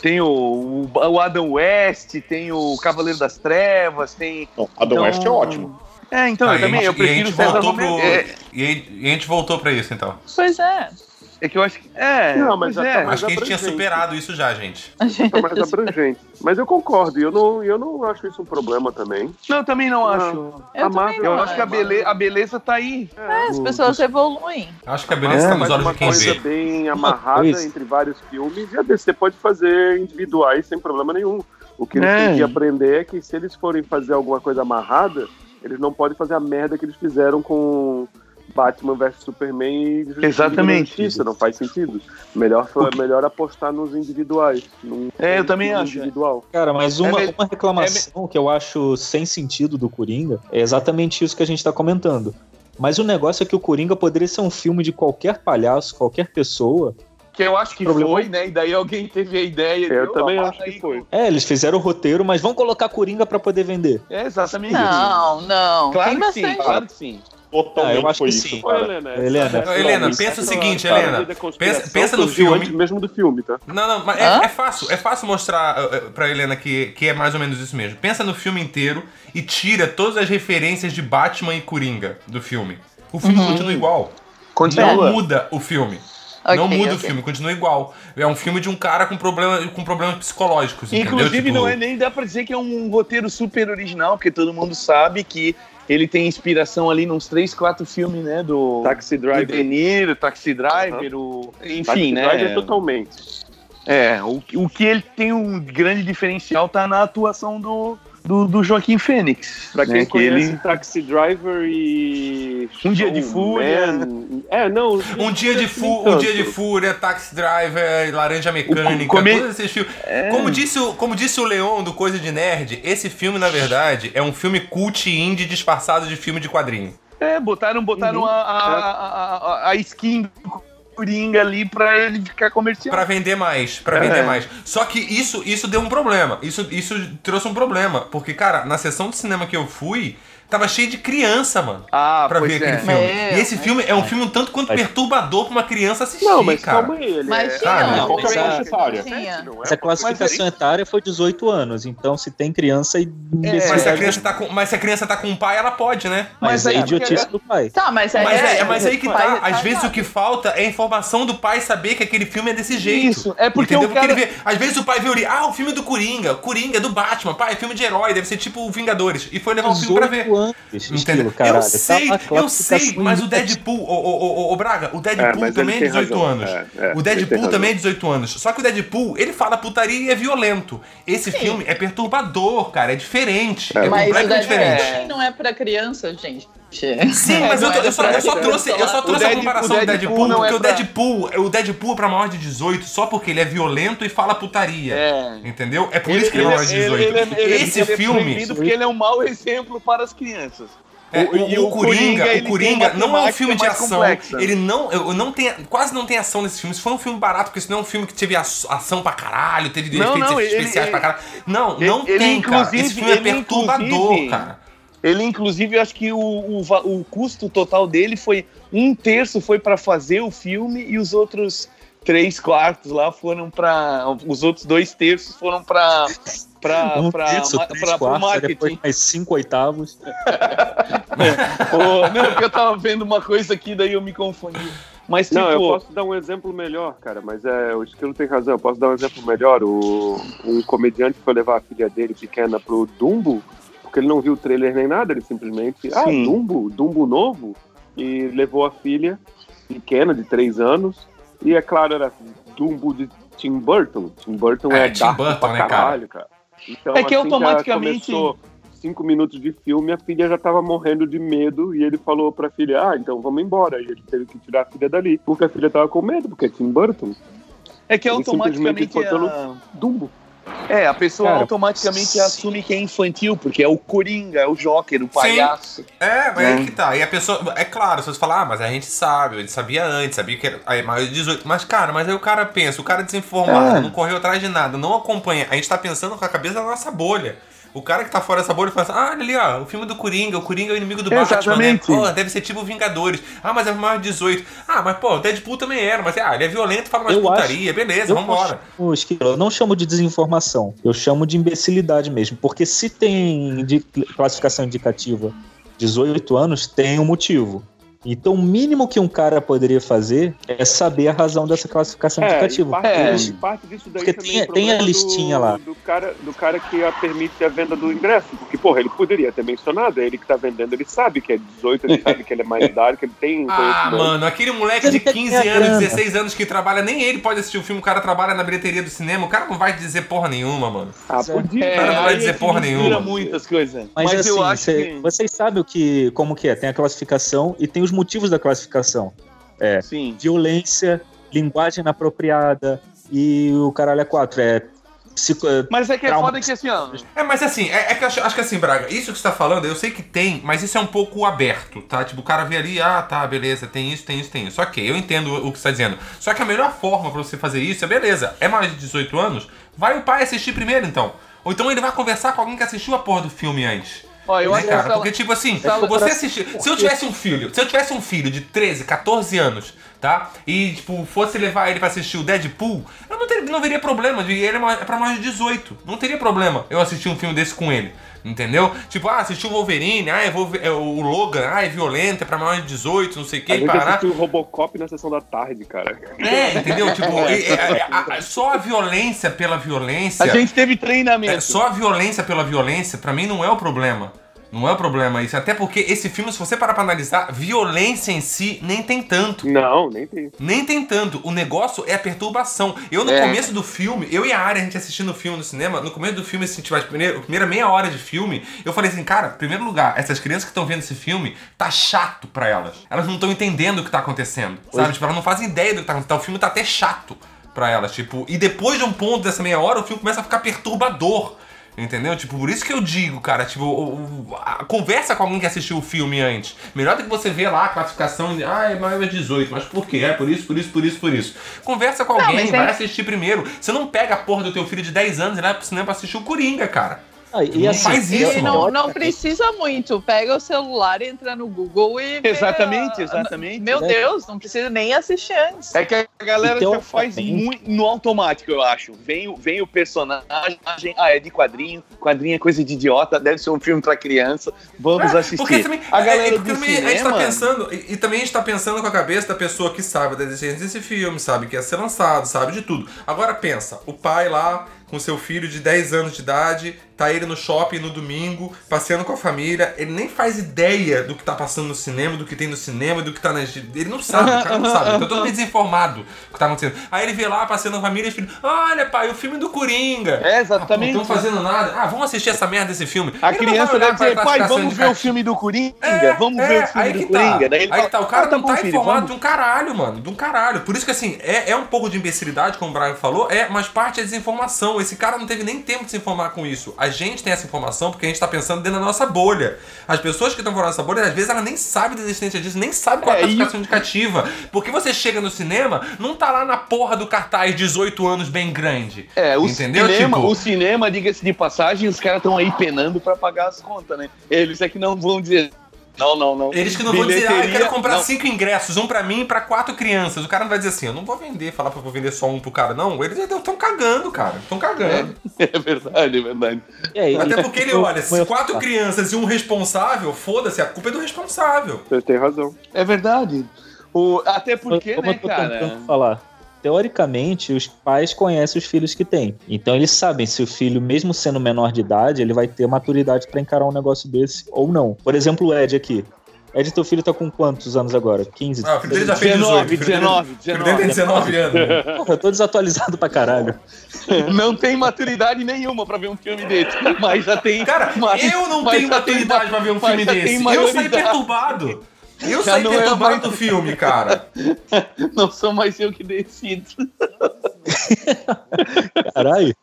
S8: Tem o, o- o Adam West, tem o Cavaleiro das Trevas, tem.
S6: não, Adam
S8: Então-
S6: West é ótimo.
S8: É, então,
S3: Tá,
S8: eu também,
S3: e a
S8: eu
S3: gente- e a
S8: prefiro
S3: gente
S8: César
S3: voltou
S8: Romero.
S3: pro-
S8: É,
S3: E, aí- e a gente voltou pra isso, então.
S7: Pois é.
S8: é que eu acho que. É,
S4: Não, mas já
S8: pois é.
S4: tá mais-
S3: Acho que a gente tinha
S4: abrangente.
S3: superado isso já, gente.
S7: A gente
S4: Tá mais abrangente. Mas eu concordo, e eu não, eu não acho isso um problema também.
S8: Não, eu também não,
S4: Não.
S8: acho.
S7: Eu
S4: A
S7: também
S4: Marvel-
S8: Eu
S7: não
S8: acho que a,
S7: acho.
S8: bele- a beleza tá aí.
S7: É,
S3: Tipo,
S7: as pessoas evoluem.
S3: Acho que a beleza tá
S8: É,
S4: Faz
S3: nos olhos
S4: uma
S3: de quem
S4: coisa
S3: vê.
S4: bem amarrada
S5: coisa.
S4: entre vários filmes e a DC pode fazer individuais sem problema nenhum. O que eles
S8: É.
S4: têm que aprender é que se eles forem fazer alguma coisa amarrada, eles não podem fazer a merda que eles fizeram com Batman vs Superman e Justiça
S8: Exatamente.
S4: e Justiça, não faz sentido. Melhor, melhor apostar nos individuais. num-
S8: É, eu também
S4: num
S8: acho, é.
S4: Individual.
S5: Cara, mas uma,
S8: É me-
S5: uma reclamação que eu acho sem sentido do Coringa é exatamente isso que a gente tá comentando. Mas o negócio é que o Coringa poderia ser um filme de qualquer palhaço, qualquer pessoa.
S8: Que eu acho que
S5: Problema-
S8: foi, né? E daí alguém teve a ideia.
S4: Eu
S8: deu,
S4: também
S8: ó,
S4: acho
S8: aí-
S4: que foi.
S5: É, eles fizeram o roteiro, mas vão colocar Coringa pra poder vender.
S8: É, exatamente isso.
S7: Não, não.
S8: Claro
S7: Tem
S8: que sim,
S7: bastante-
S8: claro que sim.
S6: Totalmente
S5: Ah, eu acho
S6: foi
S5: que
S6: isso,
S5: sim. né? É,
S4: Ô,
S6: cara.
S4: Helena,
S5: Helena.
S4: essa-
S3: Ô, Helena,
S4: essa-
S3: pensa o
S4: essa
S3: seguinte,
S4: teoria
S3: Helena.
S4: da conspiração
S3: Pensa- pensa no
S4: surgiu
S3: filme.
S4: antes mesmo do filme, tá?
S3: Não, não, mas
S7: Hã?
S3: é, é fácil. É fácil mostrar eh, eh, pra Helena que, que é mais ou menos isso mesmo. Pensa no filme inteiro e tira todas as referências de Batman e Coringa do filme. O filme
S7: Uhum.
S3: continua igual. Não muda o filme. não
S7: Ok,
S3: muda o
S7: ok.
S3: filme, continua igual. É um filme de um cara com, problema, com problemas psicológicos,
S8: Inclusive,
S3: entendeu? Tipo,
S8: não é nem dá pra dizer que é um roteiro super original, porque todo mundo sabe que ele tem inspiração ali nos três, quatro filmes, né? Do,
S4: Taxi
S8: do De
S4: Driver.
S8: Niro, Taxi Driver, o, enfim,
S4: Taxi
S8: né?
S4: Driver totalmente.
S8: É, o, o que ele tem um grande diferencial tá na atuação do, do, do Joaquim Fênix.
S4: Pra quem
S8: né, que
S4: conhece
S8: ele-
S4: Taxi Driver e...
S8: Um Dia de
S4: Showman-
S8: Fúria.
S4: É, não.
S3: Um dia, de fu
S4: nem
S3: um dia de
S4: tanto.
S3: Fúria, Taxi Driver, Laranja Mecânica,
S8: O assim. come-
S3: todos esses filmes.
S8: é,
S3: Como, disse o, como disse o Leon do Coisa de Nerd, esse filme, na verdade, é um filme cult e indie disfarçado de filme de quadrinho.
S8: É, botaram, botaram
S4: Uhum.
S8: a, a, a, a- a skin do Coringa ali pra ele ficar comercial.
S3: Pra vender mais,
S8: É.
S3: pra vender mais. Só que isso, isso deu um problema. Isso, isso trouxe um problema. Porque, cara, na sessão de cinema que eu fui, tava cheio de criança, mano.
S8: Ah,
S3: Pra
S8: pois
S3: ver
S8: é.
S3: aquele filme.
S7: Meu,
S3: e esse filme é um filme um tanto quanto
S5: Mas-
S3: perturbador pra uma criança assistir,
S4: Não, mas
S3: cara.
S4: calma aí, ele
S7: Mas
S4: é-
S7: tinha,
S3: Ah,
S5: não,
S7: não,
S5: qualquer
S7: tinha.
S6: faixa etária.
S7: Tinha.
S4: Não é
S5: Mas a classificação etária foi 18 anos, então se tem criança e
S3: Mas se, a
S8: é.
S5: necessidade.
S3: criança tá com, mas se a criança tá com um pai, ela pode, né?
S5: mas
S8: Mas
S5: é
S8: aí-
S5: idiotice do pai.
S7: Tá, mas aí,
S3: Mas,
S7: é,
S3: é, mas aí que
S7: pai
S3: tá. Às
S7: retardado.
S3: vezes o que falta é a informação do pai saber que aquele filme é desse jeito.
S8: Isso, é porque
S3: entendeu?
S8: o cara-
S3: ele vê, às vezes o pai vê ali, ah, o filme do Coringa, Coringa é do Batman, pai, é filme de herói, deve ser tipo o Vingadores. E foi levar o filme pra ver.
S5: 18 anos,
S3: Entendeu?
S5: estilo, caralho.
S3: eu sei,
S5: Tá lá,
S3: eu sei,
S5: classificação
S3: mas o
S5: indicativa.
S3: Deadpool, ô, ô, ô, ô, Braga, o
S4: É,
S3: Deadpool
S4: mas
S3: também é
S4: ele tem
S3: 18
S4: razão.
S3: anos.
S4: É, é,
S3: o
S4: ele tem
S3: Deadpool
S4: razão.
S3: também é 18 anos. Só que o Deadpool, ele fala putaria e é violento. Esse filme é perturbador, cara, é diferente. É,
S7: Mas o
S3: completamente
S7: Deadpool
S3: diferente.
S7: não é pra criança, gente.
S3: Sim, mas eu, tô- eu só, eu só
S7: Não é
S3: trouxe, eu só
S7: pra-
S3: trouxe
S8: O
S3: a
S8: Deadpool-
S3: comparação
S8: o
S3: do
S8: Deadpool
S3: Deadpool,
S8: não é
S3: porque o
S8: pra-
S3: Deadpool, o Deadpool é pra maior de 18 só porque ele é violento e fala putaria.
S8: É.
S3: Entendeu? É por isso que ele é maior de 18. Esse filme,
S8: proibido porque ele é um mau exemplo para as crianças.
S3: é, o,
S8: e
S3: o
S8: o
S3: Coringa,
S8: Coringa, ele
S3: o
S8: tem
S3: Coringa
S8: uma
S3: não é um
S8: temática
S3: filme de
S8: mais
S3: ação.
S8: complexa.
S3: Ele não, eu eu não tem, quase não tem ação nesse filme. Isso foi um filme barato, porque isso não é um filme que teve a- ação pra caralho, teve
S8: Não,
S3: efeitos
S8: não, ele-
S3: especiais pra caralho. Não,
S8: ele-
S3: não
S8: ele
S3: tem, cara. Esse
S8: inclusive-
S3: filme é
S8: ele
S3: perturbador,
S8: inclusive-
S3: cara.
S8: Ele, inclusive, eu acho que o, o, va- o custo total dele foi um terço foi para fazer o filme e os outros três quartos lá foram para os outros dois terços foram para para
S5: Um terço, três
S8: para o
S5: quartos, aí depois
S8: marketing.
S5: mais cinco oitavos.
S8: Pô, não, porque eu tava vendo uma coisa aqui, daí eu me confundi. Mas tipo,
S4: Não, eu posso dar um exemplo melhor, cara, mas é, o Esquilo tem razão. Eu posso dar um exemplo melhor. O, um comediante foi levar a filha dele pequena pro Dumbo, porque ele não viu o trailer nem nada, ele simplesmente. Ah,
S8: Sim.
S4: Dumbo, Dumbo novo. E levou a filha pequena, de 3 anos. E é claro, era Dumbo de Tim Burton. Tim Burton é,
S3: É, Tim
S4: dark
S3: Burton,
S4: pra
S3: né, cara?
S4: caralho, cara. Então,
S8: É que
S4: assim, já
S8: automaticamente-
S4: começou Cinco minutos de filme, a filha já tava morrendo de medo e ele falou pra filha: Ah, então vamos embora. E ele teve que tirar a filha dali, porque a filha tava com medo, porque é Tim Burton,
S8: é que
S4: ele
S8: automaticamente
S4: simplesmente foi
S8: a-
S4: pelo- Dumbo.
S8: É, a pessoa
S5: Cara,
S8: automaticamente assume que é infantil, porque é o Coringa, é o Joker, o palhaço.
S3: É, mas
S8: Né?
S3: é que tá. E a pessoa. É claro, se você falar, ah, mas a gente sabe, ele sabia antes, sabia que era aí, maior de 18. Mas, cara, mas aí o cara pensa, o cara é desinformado,
S8: É.
S3: não correu atrás de nada, não acompanha. A gente tá pensando com a cabeça da nossa bolha. O cara que tá fora dessa bolha fala assim, ah, olha ali, ó, o filme do Coringa, o Coringa é o inimigo do
S8: Exatamente.
S3: Batman, né? Pô, deve ser tipo Vingadores. Ah, mas é maior de 18. Ah, mas pô, o Deadpool também era, mas ah, ele é violento, fala mais
S5: Eu acho-
S3: putaria, beleza,
S5: Eu
S3: vambora.
S5: não chamo- Eu não chamo de desinformação, eu chamo de imbecilidade mesmo. Porque se tem de classificação indicativa 18 anos, tem um motivo. Então, o mínimo que um cara poderia fazer é saber a razão dessa classificação
S4: e
S5: indicativa.
S4: parte,
S8: É.
S4: e parte disso daí
S5: Porque
S4: também
S5: tem-
S4: é o problema
S5: tem a listinha
S4: do,
S5: lá.
S4: Do cara, do cara que a permite a venda do ingresso. Porque, porra, ele poderia ter mencionado, é ele que tá vendendo, ele sabe que é 18, ele sabe que ele é mais idade, que ele tem
S3: Ah,
S4: conhecimento.
S3: mano, aquele moleque de
S5: Ele tem que
S3: 15
S5: ganhar
S3: anos,
S5: grana.
S3: 16 anos que trabalha, nem ele pode assistir o filme, o cara trabalha na bilheteria do cinema, o cara não vai dizer porra nenhuma, mano.
S4: Ah, podia.
S8: É,
S3: cara não vai
S8: aí
S3: dizer
S8: se
S3: porra
S8: mistura
S3: nenhuma.
S8: muitas coisas.
S5: Mas, assim,
S8: eu acho
S5: cê-
S8: que...
S5: vocês sabem o que, como que é. Tem a classificação e tem os motivos da classificação.
S8: Sim.
S5: Violência, linguagem inapropriada e o caralho é quatro. É psico... é,
S8: Mas é que é
S5: Trauma.
S8: foda que assim, ó.
S3: É, mas assim, é, é que eu acho, acho que assim, Braga, isso que você tá falando, eu sei que tem, mas isso é um pouco aberto, tá? Tipo, o cara vê ali, ah, tá, beleza, tem isso, tem isso, tem isso. Ok, eu entendo o que você tá dizendo. Só que a melhor forma pra você fazer isso é, beleza, é mais de 18 anos, vai o pai assistir primeiro, então. Ou então ele vai conversar com alguém que assistiu a porra do filme antes.
S8: Ó, eu
S3: né,
S8: acho que
S3: cara?
S8: essa-
S3: Porque, tipo assim,
S8: essa-
S3: você assistir. Se eu tivesse um filho, se eu tivesse um filho de 13, 14 anos, tá? E, tipo, fosse levar ele pra assistir o Deadpool, eu não, teria, não veria problema de ele é ma- é pra mais de 18. Não teria problema eu assistir um filme desse com ele. Entendeu? Tipo, ah, assistiu o Wolverine, ah, é Wolver- é o Logan, ah, é violento, é pra maior de 18, não sei o
S4: A
S3: que,
S4: gente
S3: parará.
S4: assistiu o Robocop na sessão da tarde, cara.
S3: É, entendeu? Tipo, e- e- a- a- só a violência pela violência.
S8: A gente teve
S3: É,
S8: treinamento.
S3: só a violência pela violência, pra mim, não é o problema. Não é o problema isso. Até porque esse filme, se você parar pra analisar, violência em si nem tem tanto.
S4: Não, nem tem.
S3: Nem tem tanto. O negócio é a perturbação. Eu, no
S8: É.
S3: começo do filme, eu e a Ari, a gente assistindo o filme no cinema, no começo do filme, assim, tipo, a primeira, a primeira meia hora de filme, eu falei assim, cara, em primeiro lugar, essas crianças que estão vendo esse filme, tá chato pra elas. Elas não estão entendendo o que tá acontecendo. Sabe? Tipo, elas não fazem ideia do que tá acontecendo. O filme tá até chato pra elas, tipo. E depois de um ponto dessa meia hora, o filme começa a ficar perturbador. Entendeu? Tipo, por isso que eu digo, cara, tipo, o- o- a conversa com alguém que assistiu o filme antes. Melhor do que você ver lá a classificação de, ah, é maior de 18, mas por quê? É por isso, por isso, por isso, por isso. Conversa com alguém,
S7: mas
S3: vai
S7: tem-
S3: assistir primeiro. Você não pega a porra do teu filho de 10 anos e leva pro cinema pra assistir o Coringa, cara.
S5: Ah, e
S3: Não
S5: assim,
S3: faz
S5: eu-
S3: isso,
S7: Ele não,
S3: mano.
S7: não precisa muito. Pega o celular, entra no Google e. vê
S8: Exatamente,
S7: a-
S8: exatamente.
S7: Meu Deus, não precisa nem assistir antes.
S8: É que a galera
S5: Então,
S8: já faz
S5: tem-
S8: muito no automático, eu acho. Vem, o- vem o personagem, ah, é de quadrinho, quadrinho é coisa de idiota, deve ser um filme pra criança, vamos assistir.
S3: Porque também,
S8: a
S3: é, é,
S8: galera
S3: porque
S8: do
S3: também a gente tá
S8: cinema-
S3: pensando, e, e também a gente tá pensando com a cabeça da pessoa que sabe da existência desse filme, sabe que ia ser lançado, sabe de tudo. Agora pensa, o pai lá com seu filho de 10 anos de idade, tá ele no shopping no domingo, passeando com a família, ele nem faz ideia do que tá passando no cinema, do que tem no cinema, do que tá nas... Ele não sabe, o cara não sabe, ele tá totalmente desinformado do que tá acontecendo. Aí ele vê lá, passeando com a família, e o filho, olha pai, o filme do Coringa.
S8: É,
S3: Ah,
S8: exatamente.
S3: pô, não estão fazendo nada. Ah, vamos assistir essa merda desse filme.
S8: A
S3: Ele não
S8: criança
S3: vai olhar
S8: deve dizer,
S3: pra
S8: pai,
S3: classificação
S8: vamos
S3: de É,
S8: ver o filme do Coringa? vamos ver o filme
S3: aí que
S8: do Coringa.
S3: Tá.
S8: Daí ele
S3: aí
S8: fala,
S3: que tá, o cara
S8: "Ah,
S3: não tá,
S8: bom, filho,
S3: informado
S8: vamos."
S3: de um caralho, mano. De um caralho. Por isso que assim, é, é um pouco de imbecilidade, como o Braga falou, é, mas parte é desinformação. Esse cara não teve nem tempo de se informar com isso. A gente tem essa informação porque a gente tá pensando dentro da nossa bolha. As pessoas que estão fora da nossa bolha, às vezes, ela nem sabe da existência disso, nem sabe qual é a
S8: É, e-
S3: classificação indicativa. Porque você chega no cinema, não tá lá na porra do cartaz 18 anos bem grande.
S8: É, o
S3: Entendeu?
S8: cinema,
S3: Tipo-
S8: o cinema, diga-se de passagem, os caras estão aí penando pra pagar as contas, né? Eles é que não vão dizer, não, não, não.
S3: Eles que não vão dizer, ah, eu
S8: Bilheteria,
S3: quero comprar
S8: não.
S3: cinco ingressos, um pra mim e pra quatro crianças. O cara não vai dizer assim, eu não vou vender, falar pra eu vou vender só um pro cara, não. Eles estão cagando, cara. Estão cagando.
S8: É verdade, é tipo, verdade.
S5: é, e-
S3: Até porque ele olha, se
S5: eu-
S3: quatro crianças e um responsável, foda-se, a culpa é do responsável.
S4: Você tem razão.
S8: É verdade. O, até porque,
S5: como
S8: né,
S5: eu tô
S8: cara?
S5: tentando falar. Teoricamente, os pais conhecem os filhos que têm. Então eles sabem se o filho, mesmo sendo menor de idade, ele vai ter maturidade pra encarar um negócio desse ou não. Por exemplo, o Ed aqui. Ed, teu filho tá com quantos anos agora? 15?
S3: Ah, o filho dele já fez 18.
S8: 19,
S3: o filho dele-
S8: 19,
S3: o filho dele tem
S8: 19.
S3: 19 anos.
S5: Porra, eu tô desatualizado pra caralho.
S8: Não tem maturidade nenhuma pra ver um filme desse. Mas já tem.
S3: Cara,
S8: mas-
S3: eu não
S8: mas
S3: tenho
S8: já tem
S3: maturidade
S8: ma-
S3: pra ver um
S8: mas
S3: filme
S8: já tem
S3: desse. Eu saí
S8: maioridade.
S3: perturbado. Eu
S8: Já
S3: saí
S8: não é
S3: perturbado
S8: mais-
S3: do filme, cara.
S8: Não sou mais eu que decido.
S5: Caralho.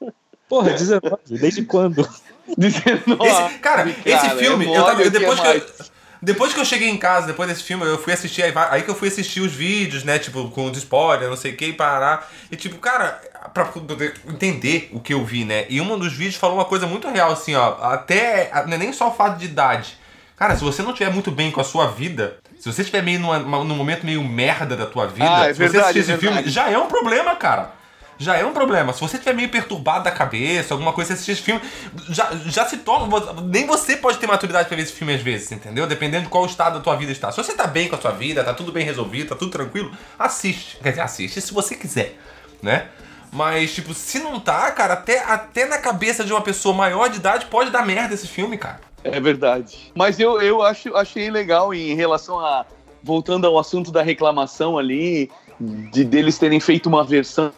S5: Porra, 19. Desde quando?
S8: 19.
S3: Esse- cara, esse
S8: Cara,
S3: filme,
S8: é
S3: eu tava-
S8: mole,
S3: eu- depois,
S8: o
S3: que
S8: que é
S3: eu, depois que eu cheguei em casa, depois desse filme, eu fui assistir, aí, vai- aí que eu fui assistir os vídeos, né, tipo, com os spoilers, não sei o que, e parar. E tipo, cara, pra poder entender o que eu vi, né, e um dos vídeos falou uma coisa muito real, assim, ó, até, não é nem só o fato de idade. Cara, se você não tiver muito bem com a sua vida, se você estiver meio numa- numa- num momento meio merda da tua vida,
S8: Ah, é
S3: se você
S8: verdade,
S3: assistir
S8: é
S3: esse filme,
S8: verdade.
S3: já é um problema, cara. Já é um problema. Se você estiver meio perturbado da cabeça, alguma coisa, você assistir esse filme, já, já se torna. vo- Nem você pode ter maturidade pra ver esse filme às vezes, entendeu? Dependendo de qual estado da tua vida está. Se você tá bem com a sua vida, tá tudo bem resolvido, tá tudo tranquilo, assiste. Quer dizer, assiste se você quiser, né? Mas, tipo, se não tá, cara, até, até na cabeça de uma pessoa maior de idade pode dar merda esse filme, cara.
S8: É verdade. Mas eu, eu acho, achei legal em relação a. Voltando ao assunto da reclamação ali, de deles terem feito uma versão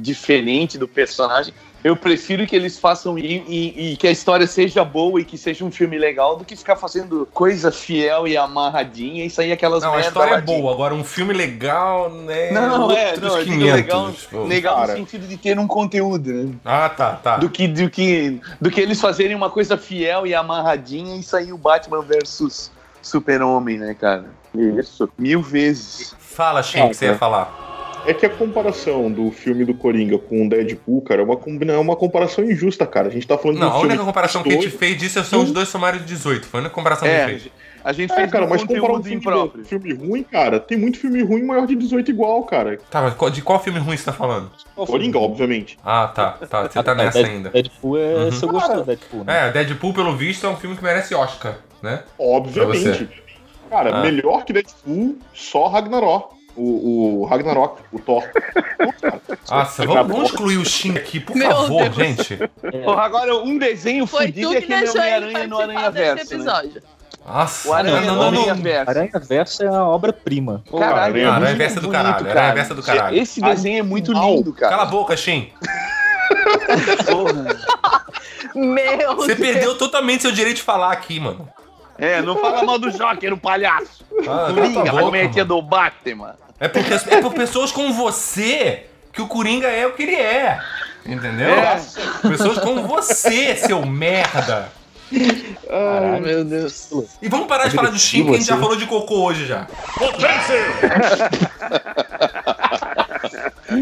S8: diferente do personagem. Eu prefiro que eles façam e, e- e que a história seja boa e que seja um filme legal do que ficar fazendo coisa fiel e amarradinha e sair aquelas
S3: Não, a
S8: merda
S3: história
S8: lá
S3: é
S8: de-
S3: boa, agora um filme legal, né?
S8: Não, é,
S3: outros
S8: não, eu digo
S3: 500,
S8: legal,
S3: tipo.
S8: legal
S6: cara.
S8: no sentido de ter um conteúdo, né?
S3: Ah, tá, tá.
S8: Do que, do, que, do que eles fazerem uma coisa fiel e amarradinha e sair o Batman versus Super-Homem, né, cara?
S6: Isso.
S8: Mil vezes.
S3: Fala, Shane, o que você ia falar.
S6: É que a comparação do filme do Coringa com o Deadpool, cara, é uma, combina- é uma comparação injusta, cara. A gente tá falando de
S3: Não,
S6: um
S3: a
S6: filme
S3: única comparação que a gente
S6: dois-
S3: fez disso são os dois sumários de 18. Foi a única comparação que a
S8: É,
S3: gente fez.
S8: a gente
S6: É,
S8: fez
S6: cara,
S8: um
S6: mas comparar um
S8: conteúdo
S6: filme,
S8: impróprio.
S6: filme ruim, cara, tem muito filme ruim maior de 18 igual, cara.
S3: Tá, mas qual- de qual filme ruim você tá falando?
S6: Coringa, obviamente.
S3: Ah, tá, tá. Você tá
S5: Ah,
S8: É,
S3: nessa
S5: Dead-
S3: ainda.
S5: Deadpool é
S3: Uhum.
S5: seu gostoso, Deadpool, né?
S3: É, Deadpool, pelo visto, é um filme que merece Oscar, né?
S6: Obviamente. Cara,
S3: Ah.
S6: melhor que Deadpool, só Ragnarok. O, o Ragnarok, o Thor.
S3: Nossa, vamos, vamos excluir o Shin aqui, por
S7: Meu
S3: favor,
S7: Deus.
S3: gente.
S8: Porra, agora um desenho
S7: Foi
S8: fudido
S7: tu
S8: é
S7: que
S8: aquele
S7: deixou ele
S8: Homem-Aranha no
S7: participar desse
S8: Aranha-Verso, né?
S7: episódio.
S3: Nossa,
S8: O Aranha,
S3: não, não, não, não.
S8: Verso.
S5: Aranha Verso é uma obra-prima.
S8: Pô, Caralho,
S6: Aranha
S8: é
S3: Aranha
S8: muito
S3: Versa do
S8: bonito,
S3: caralho,
S8: cara.
S3: Aranha Versa do caralho.
S8: Esse desenho é muito lindo,
S3: Cala a
S8: cara.
S3: boca, Shin.
S8: Porra.
S7: Meu
S3: Você
S7: Deus.
S3: perdeu totalmente seu direito de falar aqui, mano.
S8: É, não fala mal do Joker, o palhaço.
S3: Ah,
S8: Coringa,
S3: cala tua
S8: vai
S3: boca,
S8: comer a tia
S3: mano.
S8: do Batman.
S3: É porque- é por pessoas como você que o Coringa é o que ele é. Entendeu?
S8: É.
S3: Pessoas como você, seu merda.
S8: Ah, meu Deus.
S3: E vamos parar de falar de Shin, que a gente já falou de cocô hoje já.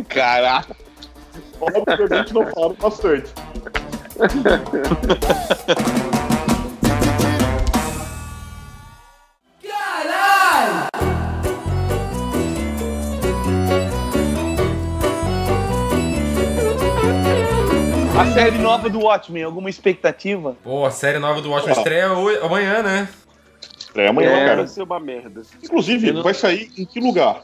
S8: Caraca.
S6: Obviamente não falaram bastante.
S8: A série nova do Watchmen, alguma expectativa?
S3: Pô, a série nova do Watchmen estreia hoje- amanhã, né?
S6: É amanhã,
S8: É.
S6: cara.
S4: ser uma merda.
S6: Inclusive, vai sair em que lugar?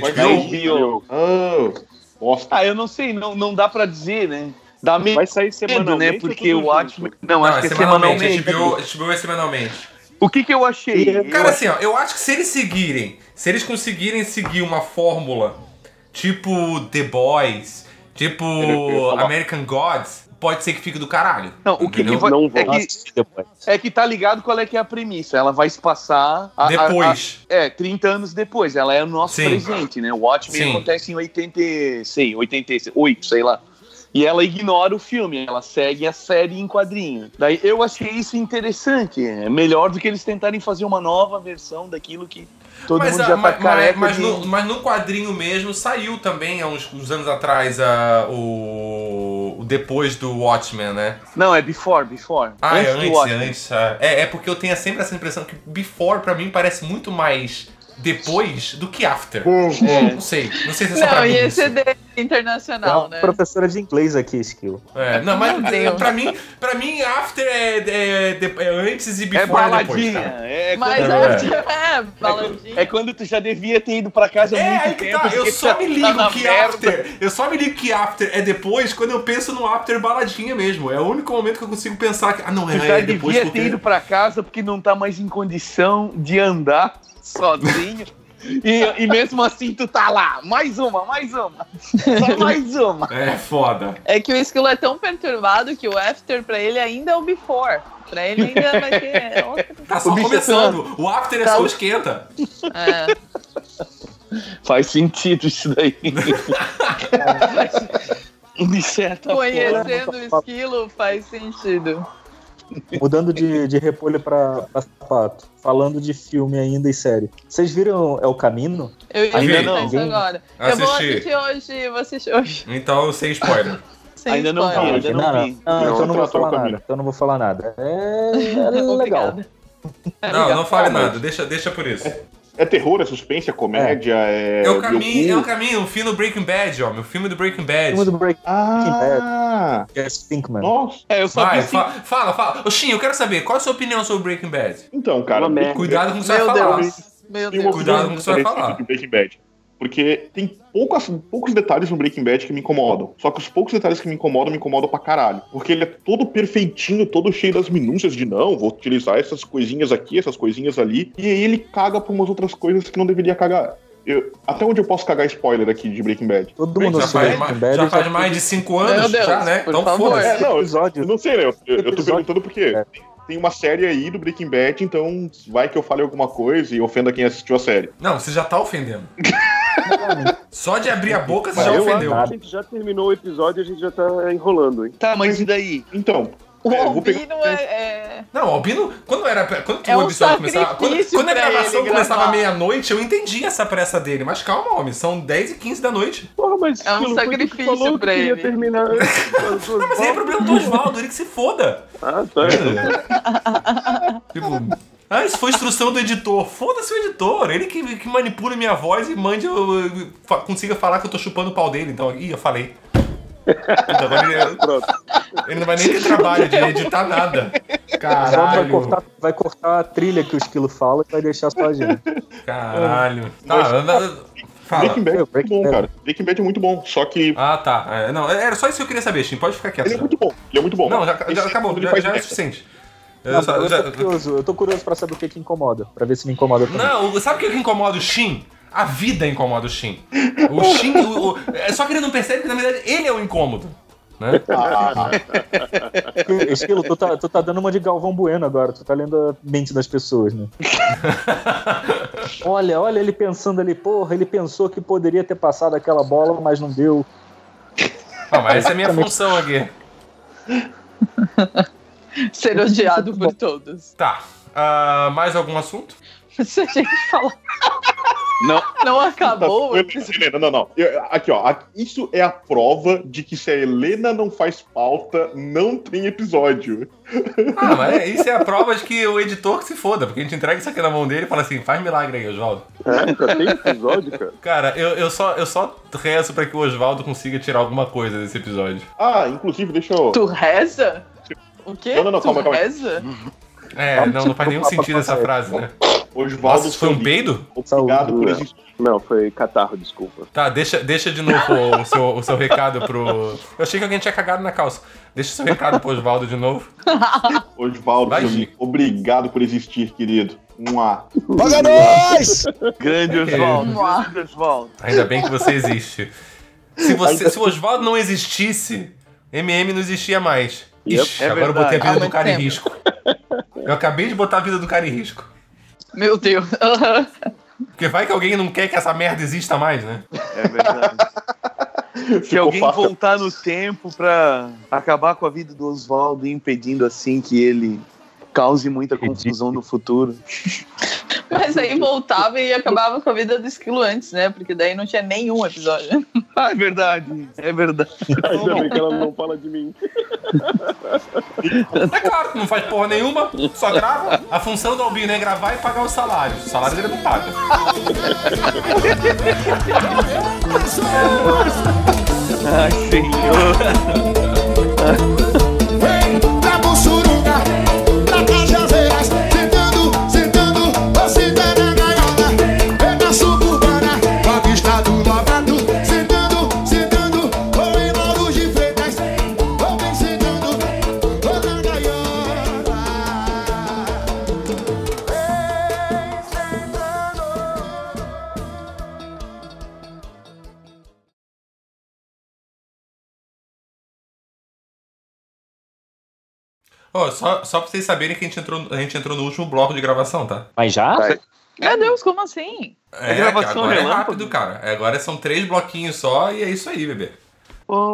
S6: Vai
S8: é,
S3: HBO?
S6: sair Ah, bosta.
S8: Ah, eu não sei, não, não dá pra dizer, né? Dá medo,
S4: Vai sair semanalmente.
S8: né?
S4: ou
S8: Porque
S4: tudo
S8: o Watchmen...
S4: junto?
S8: Não,
S3: Não,
S8: acho
S3: é
S8: que é
S3: semanalmente.
S8: semanalmente.
S3: HBO, HBO é semanalmente.
S8: O que que eu achei?
S3: Cara,
S8: Eu-
S3: assim, ó, eu acho que se eles seguirem, se eles conseguirem seguir uma fórmula tipo The Boys, tipo
S6: eu ia falar.
S3: American Gods, pode ser que fique do caralho.
S8: Não, o que, que
S3: Entendeu?
S8: vai...
S4: Não
S8: é
S4: vou.
S8: que, é que tá ligado qual é que é a premissa. Ela vai se passar... a- a-
S3: Depois.
S8: a- é, 30 anos depois. Ela é o nosso
S3: Sim.
S8: presente, né? O Watchmen
S3: Sim.
S8: acontece em 80, sei, 88, sei lá. E ela ignora o filme, ela segue a série em quadrinho. Daí eu achei isso interessante. É melhor do que eles tentarem fazer uma nova versão daquilo que todo
S3: mas,
S8: mundo
S3: a-
S8: já
S3: ma-
S8: tá
S3: ma-
S8: careca
S3: mas
S8: de...
S3: no, mas no quadrinho mesmo saiu também há uns, uns anos atrás a, o, o depois do Watchmen, né?
S8: Não, é before, before.
S3: Ah, é
S8: do
S3: antes,
S8: Watchmen.
S3: é antes. ah. É, é porque eu tenho sempre essa impressão que Before pra mim parece muito mais depois do que After. Não sei, não sei se Hum, é só pra
S7: Não,
S3: mim.
S7: e
S3: isso.
S7: esse é de-
S5: É
S7: internacional,
S5: uma
S7: né?
S5: professora de inglês aqui, Skill.
S3: É, não, mas
S7: Meu Deus.
S3: pra mim, pra mim, after é, é- de- é antes e
S8: É
S3: before é depois.
S8: baladinha.
S3: cara.
S8: é,
S7: Mas
S8: quando,
S3: É.
S7: antes- é, baladinha.
S8: é quando tu já devia ter ido pra casa há
S3: É,
S8: muito
S3: aí que
S8: tempo.
S3: tá. Eu
S8: porque
S3: só
S8: tá-
S3: me
S8: tá
S3: ligo
S8: na
S3: que
S8: merda.
S3: after. Eu só me ligo que after é depois quando eu penso no after baladinha mesmo. É o único momento que eu consigo pensar que. Ah, não, é,
S8: Tu já
S3: é depois
S8: devia ter
S3: porque.
S8: ido pra casa porque não tá mais em condição de andar sozinho. E, e mesmo assim tu tá lá. Mais uma, mais uma. Só mais uma.
S3: É foda.
S7: É que o esquilo é tão perturbado que o after pra ele ainda é o before. Pra ele ainda vai ter. outro-
S3: Tá só
S8: bicho é
S3: começando. O after é
S8: Tá.
S3: só o esquenta.
S7: É.
S8: Faz sentido isso daí.
S7: tá
S8: De certa forma.
S7: Conhecendo o esquilo faz sentido.
S5: Mudando de, de repolho pra, pra sapato. Falando de filme ainda e série. Vocês viram É o Caminho?
S7: Eu ia
S3: Ainda
S7: perguntar
S8: não.
S7: isso agora. Eu vou
S3: Assisti.
S7: assistir hoje, vou assistir hoje.
S3: Então sem spoiler.
S7: Sem
S8: Ainda não
S7: spoiler.
S8: vi. ainda não
S5: não,
S8: vi.
S5: não, então eu não vou
S6: tratou o
S5: falar
S6: Caminho.
S5: nada. Então eu não vou falar nada. É, é legal.
S7: Obrigada. É,
S3: Não, não fale
S6: Ah, mas-
S3: nada. Deixa, deixa por isso.
S6: É terror, é suspense, é comédia, é.
S3: É o
S6: bioculto.
S3: caminho, é o caminho. O filme do Breaking Bad, homem. O filme do Breaking Bad.
S5: Filme do Breaking
S6: Ah!
S5: Bad, Pinkman.
S6: Nossa!
S8: É, eu só
S3: Vai,
S8: pensei.
S3: fa- fala, fala. Ô, Shin, eu quero saber, qual é a sua opinião sobre Breaking Bad?
S6: Então, cara,
S4: Uma merda.
S3: Cuidado com o que você vai
S7: Meu
S3: falar.
S7: Deus. Meu
S6: tem uma
S7: Deus.
S3: Cuidado
S6: opinião
S3: com o que você vai
S6: diferente
S3: falar.
S6: do Breaking Bad. Porque tem poucas, poucos detalhes no Breaking Bad que me incomodam. Só que os poucos detalhes que me incomodam, me incomodam pra caralho. Porque ele é todo perfeitinho, todo cheio das minúcias de não, vou utilizar essas coisinhas aqui, essas coisinhas ali. E aí ele caga pra umas outras coisas que não deveria cagar. eu- até onde eu posso cagar spoiler aqui de Breaking Bad?
S5: Todo mundo
S3: já
S5: assistiu
S3: faz,
S5: Breaking
S3: ma-
S5: Bad.
S3: já faz mais de 5 anos,
S7: Meu Deus,
S3: já, né?
S7: por
S3: Então
S7: favor.
S3: foda-se.
S6: É, não, eu-
S5: episódio.
S6: eu não sei, né? Eu, eu- eu tô
S5: Episódio.
S6: perguntando porque
S5: É.
S6: tem uma série aí do Breaking Bad, então vai que eu fale alguma coisa e ofenda quem assistiu a série.
S3: Não, você já tá ofendendo. Só de abrir a boca você já
S4: eu
S3: ofendeu.
S4: acho que a gente já terminou o episódio e a gente já tá enrolando, hein?
S8: Tá, mas e daí?
S6: Então,
S7: O
S6: é, eu vou pegar-
S7: Albino é, é-
S3: Não, o Albino, quando era. Quando
S7: É
S3: o
S7: um
S3: episódio começava. Quando,
S7: sacrifício
S3: quando a
S7: pra
S3: gravação
S7: ele
S3: começava à
S7: gravar.
S3: meia-noite, eu entendi essa pressa dele. Mas calma, homem, são 10 e 15 da noite.
S4: Porra, mas
S7: É um
S4: Quilo, foi tu que
S7: sacrifício
S4: falou que
S7: pra
S4: queria
S7: ele.
S4: terminar.
S3: Não, mas aí é problema do Oswaldo, ele que se foda.
S4: Ah, tá.
S3: tipo. Ah, isso foi instrução do editor. Foda-se o editor. Ele que, que manipula minha voz e mande eu, eu fa- consiga falar que eu tô chupando o pau dele. Então, ih, eu falei. Então, agora ele,
S4: Pronto.
S3: ele não vai nem ter trabalho de editar nada.
S5: Vai
S3: Caralho.
S5: cortar, vai cortar a trilha que o Esquilo fala e vai deixar só a gente.
S3: Caralho. Tá, na- na- fala.
S6: Breaking Bad é
S5: Meu,
S6: muito
S5: Breaking
S6: bom,
S5: Bad.
S6: cara. Breaking Bad é muito bom, só que
S3: Ah, tá. É, não, era só isso que eu queria saber, Shin. Pode ficar quieto.
S6: ele é
S3: já.
S6: muito bom. Ele é muito bom.
S3: Não, já, já
S6: Esse
S3: acabou.
S6: ele
S3: Já,
S6: faz
S3: já é o
S6: merda.
S3: suficiente. Eu
S5: Não,
S3: só-
S5: eu,
S3: já-
S5: tô curioso, eu tô curioso pra saber o que, que incomoda, pra ver se me incomoda também.
S3: Não, sabe o que que incomoda o Shin? A vida incomoda o Shin. O Shin. o- o- é só que ele não percebe que, na verdade, ele é o incômodo. Né?
S5: Esquilo, tu tá, tu tá dando uma de Galvão Bueno agora, tu tá lendo a mente das pessoas, né? olha, olha ele pensando ali, porra, ele pensou que poderia ter passado aquela bola, mas não deu.
S3: Não, mas essa é a minha função aqui.
S7: é ser odiado por todos.
S3: Tá. ah, mais algum assunto?
S7: Se a gente falar.
S8: Não.
S7: Não
S6: Tá,
S7: acabou.
S6: Helena, Helena, não, não. Eu- aqui, ó. a- isso é a prova de que é se a Helena não faz pauta, não tem episódio.
S3: Ah, mas isso é a prova de que o editor que se foda, porque a gente entrega isso aqui na mão dele e fala assim: faz milagre aí, Oswaldo.
S4: É, já tem episódio, cara?
S3: Cara, eu, eu, só, eu só rezo pra que o Oswaldo consiga tirar alguma coisa desse episódio.
S6: Ah, inclusive, deixa eu.
S7: Tu reza? O quê?
S6: Não, não, não,
S7: tu
S6: calma, calma.
S7: reza?
S3: É, não, não faz nenhum sentido essa frase, né?
S6: Osvaldo
S3: Nossa, isso foi um
S6: Sorriso,
S3: peido?
S6: Obrigado por
S4: Saúde.
S6: existir.
S4: É. Não, foi catarro, desculpa.
S3: Tá, deixa, deixa de novo o, o seu, o seu recado pro. Eu achei que alguém tinha cagado na calça. Deixa o seu recado pro Oswaldo de novo.
S6: Osvaldo,
S3: Vai,
S6: meu
S3: Gi.
S6: amigo, obrigado por existir, querido.
S8: um
S6: Mua.
S2: Paga nós!
S8: Grande
S3: É.
S8: Oswaldo.
S7: Vamos
S8: Grande Oswaldo.
S3: Ainda bem que você existe. Se, você, se o Oswaldo não existisse, MM não existia mais.
S4: Yep.
S3: Ixi,
S8: É
S3: agora eu
S8: verdade.
S3: botei a
S7: Há
S3: vida do
S7: muito
S3: cara em
S7: tempo.
S3: risco. Eu acabei de botar a vida do cara em risco.
S7: Meu Deus. Aham.
S3: Porque vai que alguém não quer que essa merda exista mais, né?
S8: É verdade. Se
S6: Ficou
S8: alguém
S6: fácil.
S8: voltar no tempo pra acabar com a vida do Oswaldo, impedindo assim que ele cause muita confusão no futuro.
S7: Mas aí voltava e acabava com a vida do esquilo antes, né? Porque daí não tinha nenhum episódio.
S8: Ah, é verdade. É verdade.
S4: Ainda bem que ela não fala de mim.
S3: É claro, não faz porra nenhuma, só grava. A função do Albino é gravar e pagar o salário. O salário dele não paga.
S8: Ai, senhor.
S10: Vem pra Bussuruca, pra Cajazeiras, sentando, sentando, ocidana na gaiola. Vem pra Suburbana, pra vista do Lavado, sentando, sentando, ou em Lauro de Freitas, ou vem sentando, ou na gaiola.
S3: Ó, só, só pra vocês saberem que a gente, entrou, a gente entrou no último bloco de gravação, tá?
S5: Mas já?
S7: Meu Deus, como assim?
S3: É,
S8: gravação
S3: agora é
S8: relâmpago?
S3: rápido, cara. Agora são três bloquinhos só e é isso aí, bebê.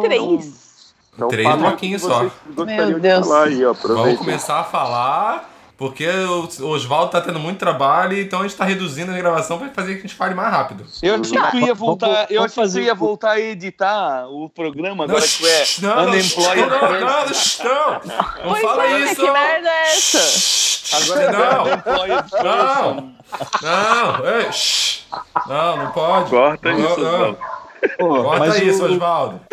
S7: Três.
S4: Então,
S3: Três
S4: fala o que
S3: bloquinhos só.
S4: vocês gostariam
S7: Meu
S4: de
S7: Deus.
S4: falar aí, ó.
S3: Vamos
S4: Aproveita.
S3: começar a falar, porque o Oswaldo tá tendo muito trabalho, então a gente tá reduzindo a gravação pra fazer que a gente fale mais rápido.
S8: Eu achei que tu ia voltar,
S5: Vamos-
S8: eu
S5: vamos
S8: achei que tu
S5: fazer
S8: ia
S5: o-
S8: voltar a editar o programa agora que tu é
S3: shh, não, não, shh, não,
S8: unemployed.
S3: não,
S8: person.
S3: não, shh, não, não
S7: Pois
S3: fala
S7: é, né?
S3: isso.
S7: Que merda é essa?
S3: Shh,
S8: Agora tu é
S3: não,
S8: unemployed person.
S3: não, não, ei, shh. não, não pode.
S4: Corta
S3: não,
S4: isso,
S3: não.
S4: Oswaldo.
S5: Pô,
S3: Corta
S5: mas
S3: isso,
S5: o,
S3: Oswaldo.